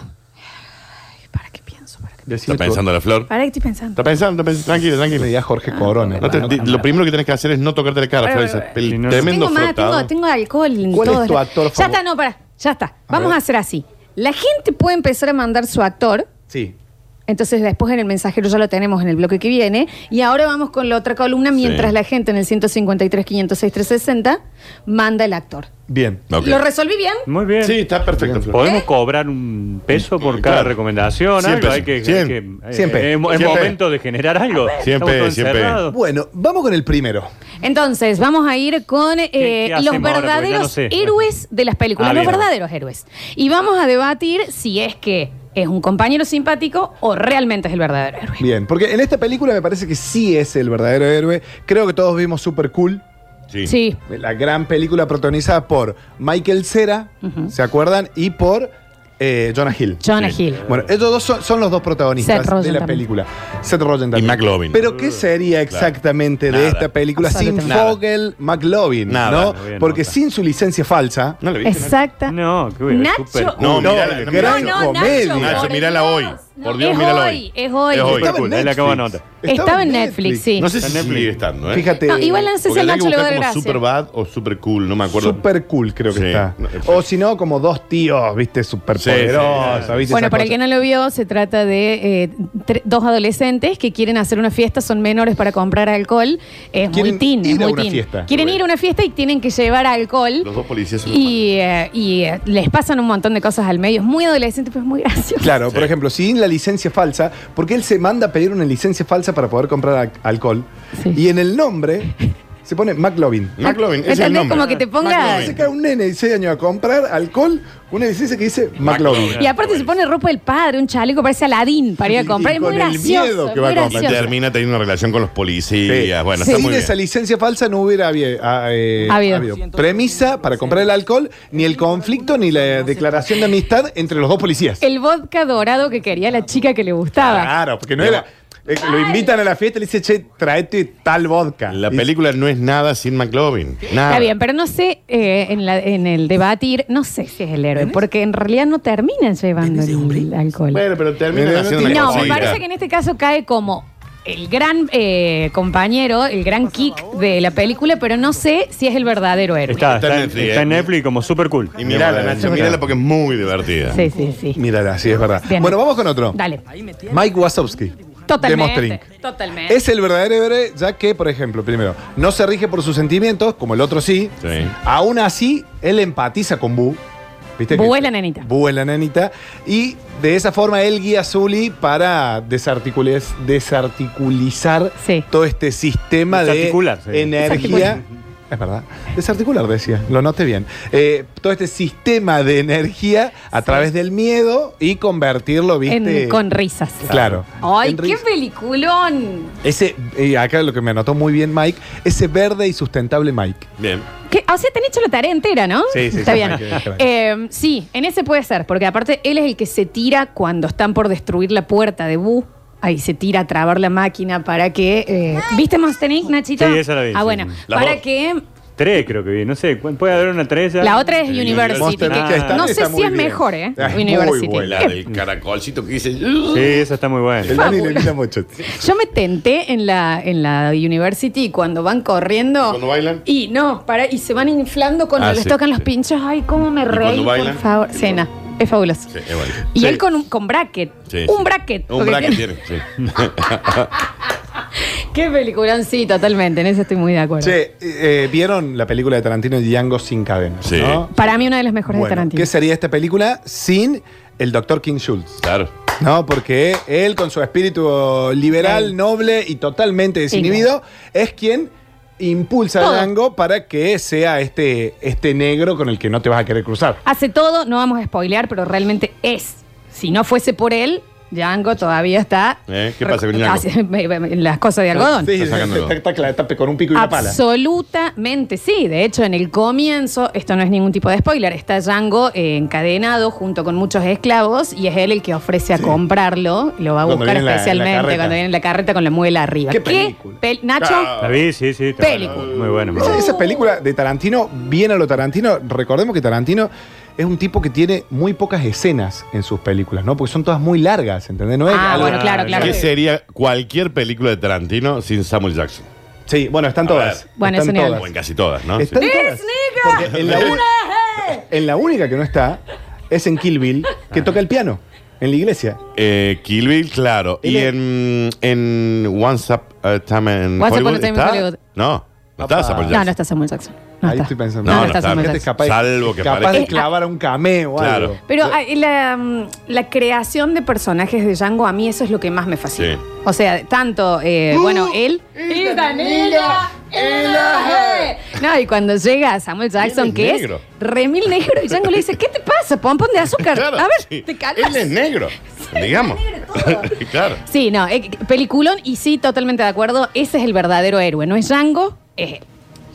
[SPEAKER 3] Ay, ¿Para qué pienso? ¿Para qué,
[SPEAKER 5] Decime
[SPEAKER 6] Está
[SPEAKER 5] tú.
[SPEAKER 6] pensando la flor.
[SPEAKER 3] para qué estoy pensando?
[SPEAKER 6] Está pensando, está pensando. Tranquilo,
[SPEAKER 5] Le di
[SPEAKER 6] tranquilo.
[SPEAKER 5] a Jorge Corona.
[SPEAKER 6] Ah, No te- di- lo primero que tenés que hacer es no tocarte la cara, Flor. esa-
[SPEAKER 4] Si
[SPEAKER 6] El
[SPEAKER 4] no-
[SPEAKER 6] tremendo
[SPEAKER 3] eh, Tengo más,
[SPEAKER 6] frotado.
[SPEAKER 3] tengo, tengo alcohol. en
[SPEAKER 5] ¿Cuál es
[SPEAKER 3] todos
[SPEAKER 5] tu
[SPEAKER 3] lados.
[SPEAKER 5] actor
[SPEAKER 3] Ya
[SPEAKER 5] favor-
[SPEAKER 3] está, no, para. Ya está. Vamos
[SPEAKER 5] ver.
[SPEAKER 3] a hacer así. La gente puede empezar a mandar su actor.
[SPEAKER 5] Sí.
[SPEAKER 3] Entonces después en el mensajero ya lo tenemos en el bloque que viene. Y ahora vamos con la otra columna mientras
[SPEAKER 6] Sí.
[SPEAKER 3] la gente en el 153, 506, 360 manda el actor.
[SPEAKER 5] Bien.
[SPEAKER 6] Ok.
[SPEAKER 3] ¿Lo resolví bien?
[SPEAKER 4] Muy bien.
[SPEAKER 6] Sí, está perfecto, Flor.
[SPEAKER 4] Podemos cobrar un peso por
[SPEAKER 6] Pues
[SPEAKER 4] cada
[SPEAKER 6] Claro.
[SPEAKER 4] recomendación.
[SPEAKER 6] Cien
[SPEAKER 4] algo, hay
[SPEAKER 6] pesos.
[SPEAKER 4] que, hay
[SPEAKER 6] Cien.
[SPEAKER 4] que- eh,
[SPEAKER 5] Cien pesos.
[SPEAKER 4] Es, mo- es
[SPEAKER 6] Cien
[SPEAKER 4] momento de generar algo.
[SPEAKER 6] Cien
[SPEAKER 4] Estamos
[SPEAKER 6] pesos,
[SPEAKER 4] todos
[SPEAKER 6] cien
[SPEAKER 4] encerrados.
[SPEAKER 5] Bueno, vamos con el primero.
[SPEAKER 3] Entonces, vamos a ir con eh,
[SPEAKER 4] ¿Qué- qué
[SPEAKER 3] los
[SPEAKER 4] hacemos ahora? Porque ya
[SPEAKER 3] verdaderos
[SPEAKER 4] no sé.
[SPEAKER 3] héroes de las películas,
[SPEAKER 4] Ah,
[SPEAKER 3] los
[SPEAKER 4] bien.
[SPEAKER 3] verdaderos héroes. Y vamos a debatir si es que es un compañero simpático o realmente es el verdadero héroe.
[SPEAKER 5] Bien, porque en esta película me parece que sí es el verdadero héroe. Creo que todos vimos Super Cool,
[SPEAKER 6] Sí.
[SPEAKER 3] Sí.
[SPEAKER 5] la gran película protagonizada por Michael Cera,
[SPEAKER 3] Ujú.
[SPEAKER 5] ¿se acuerdan? Y por eh, Jonah Hill.
[SPEAKER 3] Jonah
[SPEAKER 6] Sí.
[SPEAKER 3] Hill.
[SPEAKER 5] Bueno, ellos dos son, son los dos protagonistas
[SPEAKER 3] Seth Rogen
[SPEAKER 5] de la
[SPEAKER 3] también.
[SPEAKER 5] película. Seth Rogen también.
[SPEAKER 6] McLovin.
[SPEAKER 5] Pero ¿qué sería exactamente de
[SPEAKER 6] Nada.
[SPEAKER 5] esta película sin
[SPEAKER 3] Absolutamente.
[SPEAKER 5] Fogel McLovin?
[SPEAKER 6] Nada,
[SPEAKER 5] ¿no?
[SPEAKER 4] no bien,
[SPEAKER 5] Porque
[SPEAKER 4] nota.
[SPEAKER 5] sin su licencia falsa.
[SPEAKER 6] ¿No la viste?
[SPEAKER 3] Exacta.
[SPEAKER 4] No, qué bueno,
[SPEAKER 3] Nacho.
[SPEAKER 4] súper cool.
[SPEAKER 6] No,
[SPEAKER 5] No,
[SPEAKER 6] mirá, no, mirá.
[SPEAKER 5] gran comedia.
[SPEAKER 6] Nacho,
[SPEAKER 3] por
[SPEAKER 6] mírala
[SPEAKER 3] Dios.
[SPEAKER 6] hoy.
[SPEAKER 3] No,
[SPEAKER 6] Por Dios,
[SPEAKER 3] es
[SPEAKER 6] mírala
[SPEAKER 3] hoy,
[SPEAKER 6] hoy.
[SPEAKER 3] es hoy.
[SPEAKER 6] Es hoy.
[SPEAKER 4] Súper cool, ahí la acabo de anotar.
[SPEAKER 3] Estaba en Netflix, sí.
[SPEAKER 6] No sé si
[SPEAKER 4] Está en Netflix.
[SPEAKER 6] sigue estando, ¿eh?
[SPEAKER 5] Fíjate.
[SPEAKER 3] No, igual no sé si
[SPEAKER 6] Porque
[SPEAKER 3] el
[SPEAKER 6] la hay que
[SPEAKER 3] Nacho le va a dar
[SPEAKER 6] buscar como
[SPEAKER 3] gracia.
[SPEAKER 6] super bad o super cool, no me acuerdo.
[SPEAKER 5] Super cool, creo que
[SPEAKER 6] Sí.
[SPEAKER 5] está.
[SPEAKER 6] No, eh, es-
[SPEAKER 5] O si no, como dos tíos, viste, super
[SPEAKER 6] Sí, sí,
[SPEAKER 5] poderosos.
[SPEAKER 6] sí.
[SPEAKER 5] ¿viste?
[SPEAKER 3] Bueno,
[SPEAKER 5] Esa
[SPEAKER 3] para el
[SPEAKER 5] cosa.
[SPEAKER 3] que no lo vio, se trata de eh, tre- dos adolescentes que quieren hacer una fiesta, son menores para comprar alcohol. Es muy
[SPEAKER 5] Quieren
[SPEAKER 3] teen, es
[SPEAKER 5] ir a
[SPEAKER 3] muy
[SPEAKER 5] una
[SPEAKER 3] teen.
[SPEAKER 5] fiesta.
[SPEAKER 3] Quieren ir a una fiesta y tienen que llevar alcohol.
[SPEAKER 6] Los dos policías son
[SPEAKER 3] Y, eh, y, eh, les pasan un montón de cosas al medio. Es muy adolescente, pero es muy gracioso.
[SPEAKER 5] Claro, por ejemplo, sin la licencia falsa, porque él se manda a pedir una licencia falsa para poder comprar al- alcohol.
[SPEAKER 3] Sí.
[SPEAKER 5] Y en el nombre se pone McLovin.
[SPEAKER 6] McLovin, ese es el
[SPEAKER 3] ¿Entendés?
[SPEAKER 6] nombre.
[SPEAKER 3] Como que te
[SPEAKER 6] Ah,
[SPEAKER 3] ponga.
[SPEAKER 5] Se cae un nene de 6 años a comprar alcohol con una licencia que dice McLovin.
[SPEAKER 3] Y aparte se pone ropa del padre, un chaleco, parece Aladín para ir a
[SPEAKER 5] Y-
[SPEAKER 3] comprar.
[SPEAKER 5] y
[SPEAKER 3] Es muy
[SPEAKER 5] con el
[SPEAKER 3] gracioso.
[SPEAKER 5] miedo que
[SPEAKER 3] es muy
[SPEAKER 5] va a comprar.
[SPEAKER 6] Y
[SPEAKER 3] gracioso.
[SPEAKER 6] termina teniendo una relación con los policías.
[SPEAKER 5] Sí.
[SPEAKER 6] ah, Bueno,
[SPEAKER 3] Sí.
[SPEAKER 6] está
[SPEAKER 5] Sin
[SPEAKER 6] muy bien.
[SPEAKER 5] esa licencia falsa no hubiera habi- a- eh,
[SPEAKER 3] Habido.
[SPEAKER 5] premisa para comprar el alcohol, ni el conflicto, ni la declaración de amistad entre los dos policías.
[SPEAKER 3] El vodka dorado que quería la chica que le gustaba.
[SPEAKER 5] Claro, porque no era. eh, Lo invitan a la fiesta y le dice, che, traete tal vodka.
[SPEAKER 6] La
[SPEAKER 5] Y-
[SPEAKER 6] película no es nada sin McLovin. Nada.
[SPEAKER 3] Está bien, pero no sé, eh, en, la- en el debatir, no sé si es el héroe, porque en realidad no terminan llevando el alcohol.
[SPEAKER 6] Bueno, pero termina
[SPEAKER 5] Pero no
[SPEAKER 6] haciendo una
[SPEAKER 5] tiene-
[SPEAKER 3] No, me
[SPEAKER 6] cosita.
[SPEAKER 3] parece que en este caso cae como el gran eh, compañero, el gran kick de la película, pero no sé si es el verdadero héroe.
[SPEAKER 4] Está,
[SPEAKER 6] Está
[SPEAKER 4] está
[SPEAKER 6] en
[SPEAKER 4] en,
[SPEAKER 6] Netflix,
[SPEAKER 4] está en
[SPEAKER 6] eh.
[SPEAKER 4] Netflix como super cool.
[SPEAKER 6] Y mírala, Nacho,
[SPEAKER 5] Mírala.
[SPEAKER 6] mírala porque es muy divertida.
[SPEAKER 3] Sí, sí, sí.
[SPEAKER 5] Mírala, sí, es verdad.
[SPEAKER 3] Bien.
[SPEAKER 5] Bueno, vamos con otro.
[SPEAKER 3] Dale.
[SPEAKER 5] Mike Wazowski. de
[SPEAKER 3] Totalmente.
[SPEAKER 5] Monster Inc.
[SPEAKER 3] Totalmente.
[SPEAKER 5] Es el verdadero héroe, ya que, por ejemplo, primero, no se rige por sus sentimientos, como el otro sí.
[SPEAKER 6] Sí.
[SPEAKER 5] Aún así, él empatiza con Boo. ¿Viste
[SPEAKER 3] Boo es la nenita.
[SPEAKER 5] Boo es la nenita. Y de esa forma, él guía a Zully para desarticules- desarticulizar
[SPEAKER 3] Sí.
[SPEAKER 5] todo este sistema de
[SPEAKER 4] Desarticular, sí.
[SPEAKER 5] energía. Es verdad. Desarticular, decía. Lo noté bien. Eh, todo este sistema de energía a través del miedo y convertirlo, ¿viste?
[SPEAKER 3] En- con risas.
[SPEAKER 5] Claro.
[SPEAKER 3] ¡Ay,
[SPEAKER 5] En
[SPEAKER 3] qué
[SPEAKER 5] risa.
[SPEAKER 3] peliculón!
[SPEAKER 5] Ese, eh, acá lo que me anotó muy bien Mike, ese verde y sustentable Mike.
[SPEAKER 6] Bien.
[SPEAKER 3] ¿Qué? O sea, te han hecho la tarea entera, ¿no?
[SPEAKER 5] Sí, sí,
[SPEAKER 3] Está
[SPEAKER 5] sí,
[SPEAKER 3] bien.
[SPEAKER 5] hay que dejar ahí.
[SPEAKER 3] Eh, sí, en ese puede ser, porque aparte él es el que se tira cuando están por destruir la puerta de Bu. Ahí se tira a trabar la máquina para que. eh, ¿Viste Monster Inc, Nachito?
[SPEAKER 4] Sí, esa la vi,
[SPEAKER 3] Ah,
[SPEAKER 4] sí,
[SPEAKER 3] bueno.
[SPEAKER 4] sí.
[SPEAKER 6] Las
[SPEAKER 3] Para
[SPEAKER 6] dos.
[SPEAKER 3] que.
[SPEAKER 4] Tres creo que vi, no sé, ¿cu- puede haber una tres ya?
[SPEAKER 3] La otra es
[SPEAKER 6] El
[SPEAKER 3] University.
[SPEAKER 6] Monster
[SPEAKER 3] que-
[SPEAKER 4] Inc. está-
[SPEAKER 3] no sé
[SPEAKER 5] está
[SPEAKER 3] si
[SPEAKER 5] muy
[SPEAKER 3] es
[SPEAKER 5] bien.
[SPEAKER 3] mejor, ¿eh?
[SPEAKER 5] Es muy
[SPEAKER 3] University. Em,
[SPEAKER 6] Uy, Pues la del caracolcito que dice. "Ugh".
[SPEAKER 4] Sí, esa está muy buena.
[SPEAKER 5] El Dani le grita mucho.
[SPEAKER 3] Yo me tenté en la, en la University cuando van corriendo.
[SPEAKER 6] ¿Cuando bailan?
[SPEAKER 3] Y no, para, y se van inflando cuando
[SPEAKER 6] Ah,
[SPEAKER 3] les
[SPEAKER 6] sí,
[SPEAKER 3] tocan los
[SPEAKER 6] sí.
[SPEAKER 3] pinchos. Ay, cómo me
[SPEAKER 6] cuando
[SPEAKER 3] reí,
[SPEAKER 6] bailan?
[SPEAKER 3] por favor. Cena. Es fabuloso.
[SPEAKER 6] Sí, es bueno.
[SPEAKER 3] Y
[SPEAKER 5] Sí.
[SPEAKER 3] él con, un- con bracket.
[SPEAKER 6] Sí,
[SPEAKER 3] un
[SPEAKER 6] sí.
[SPEAKER 3] bracket.
[SPEAKER 6] Un
[SPEAKER 3] porque
[SPEAKER 6] bracket
[SPEAKER 3] tiene-
[SPEAKER 6] tiene. sí.
[SPEAKER 3] Qué peliculón, sí, totalmente. En eso estoy muy de acuerdo.
[SPEAKER 5] Che, eh, ¿vieron la película de Tarantino Django sin cadenas?
[SPEAKER 6] Sí.
[SPEAKER 5] ¿no?
[SPEAKER 3] Para mí, una de las mejores de
[SPEAKER 5] Bueno,
[SPEAKER 3] Tarantino.
[SPEAKER 5] ¿Qué sería esta película sin el Dr. King Schultz?
[SPEAKER 6] Claro.
[SPEAKER 5] No, porque él con su espíritu liberal,
[SPEAKER 3] Sí.
[SPEAKER 5] noble y totalmente desinhibido es quien impulsa
[SPEAKER 3] Todo.
[SPEAKER 5] a Django para que sea este, este negro con el que no te vas a querer cruzar.
[SPEAKER 3] Hace todo, no vamos a spoilear, pero realmente es. Si no fuese por él, Django todavía está.
[SPEAKER 6] ¿Eh? ¿Qué pasa con Django?
[SPEAKER 3] Hace- en las cosas de algodón.
[SPEAKER 5] Sí,
[SPEAKER 6] Está sacándolo.
[SPEAKER 5] está- está cla- está con un pico y una pala.
[SPEAKER 3] Absolutamente sí. De hecho, en el comienzo, esto no es ningún tipo de spoiler, está Django eh, encadenado junto con muchos esclavos y es él el que ofrece a comprarlo. Lo va a
[SPEAKER 5] Cuando
[SPEAKER 3] buscar
[SPEAKER 5] viene en la- en la
[SPEAKER 3] especialmente
[SPEAKER 5] carreta.
[SPEAKER 3] cuando viene en la carreta con la muela arriba.
[SPEAKER 5] ¿Qué película?
[SPEAKER 3] pel- Nacho,
[SPEAKER 6] Ah.
[SPEAKER 4] La vi, sí, sí. está
[SPEAKER 3] Película.
[SPEAKER 4] buena. Muy buena. muy
[SPEAKER 5] Esa,
[SPEAKER 4] buena.
[SPEAKER 5] esa película de Tarantino, bien a lo Tarantino, recordemos que Tarantino es un tipo que tiene muy pocas escenas en sus películas, ¿no? Porque son todas muy largas, ¿entendés? No es
[SPEAKER 3] Ah,
[SPEAKER 5] algo-
[SPEAKER 3] bueno, claro, claro.
[SPEAKER 6] ¿Qué sería cualquier película de Tarantino sin Samuel Jackson?
[SPEAKER 5] Sí, bueno, están
[SPEAKER 6] A
[SPEAKER 5] todas.
[SPEAKER 6] ver.
[SPEAKER 3] Bueno,
[SPEAKER 5] están
[SPEAKER 3] eso ni
[SPEAKER 5] todas.
[SPEAKER 6] O en casi todas, ¿no?
[SPEAKER 5] Están
[SPEAKER 6] Sí.
[SPEAKER 5] todas. Porque en, la un- en la única que no está es en Kill Bill, que toca el piano en la iglesia.
[SPEAKER 6] Eh, Kill Bill, claro. Y en, en Once Up a Time in
[SPEAKER 3] Once Upon a
[SPEAKER 6] Hollywood.
[SPEAKER 3] Time in
[SPEAKER 6] ¿está?
[SPEAKER 3] Hollywood.
[SPEAKER 6] No, no está
[SPEAKER 5] Apa.
[SPEAKER 6] Samuel
[SPEAKER 3] no, no
[SPEAKER 6] Jackson.
[SPEAKER 3] está Samuel Jackson. No
[SPEAKER 5] Ahí
[SPEAKER 3] está.
[SPEAKER 5] estoy
[SPEAKER 3] No,
[SPEAKER 5] pensando.
[SPEAKER 3] no,
[SPEAKER 6] No, no
[SPEAKER 3] está
[SPEAKER 6] está.
[SPEAKER 3] Samuel
[SPEAKER 5] Este es
[SPEAKER 3] Jackson.
[SPEAKER 5] capaz,
[SPEAKER 6] Salvo que
[SPEAKER 5] capaz
[SPEAKER 6] parezca.
[SPEAKER 5] de clavar a un cameo o
[SPEAKER 6] Claro.
[SPEAKER 5] algo.
[SPEAKER 3] Pero ah, la, mm, la creación de personajes de Django, a mí eso es lo que más me fascina.
[SPEAKER 6] Sí.
[SPEAKER 3] O sea, tanto, eh, bueno, él. Y Danila, No, y cuando llega Samuel Jackson,
[SPEAKER 6] es
[SPEAKER 3] que es
[SPEAKER 6] negro.
[SPEAKER 3] remil negro, y Django le dice: ¿Qué te pasa, pompón de azúcar?
[SPEAKER 6] Claro,
[SPEAKER 3] a ver,
[SPEAKER 6] sí.
[SPEAKER 3] te calmas.
[SPEAKER 6] Él es negro, digamos. claro.
[SPEAKER 3] Sí, no, eh, peliculón, y sí, totalmente de acuerdo. Ese es el verdadero héroe, no es Django, es él.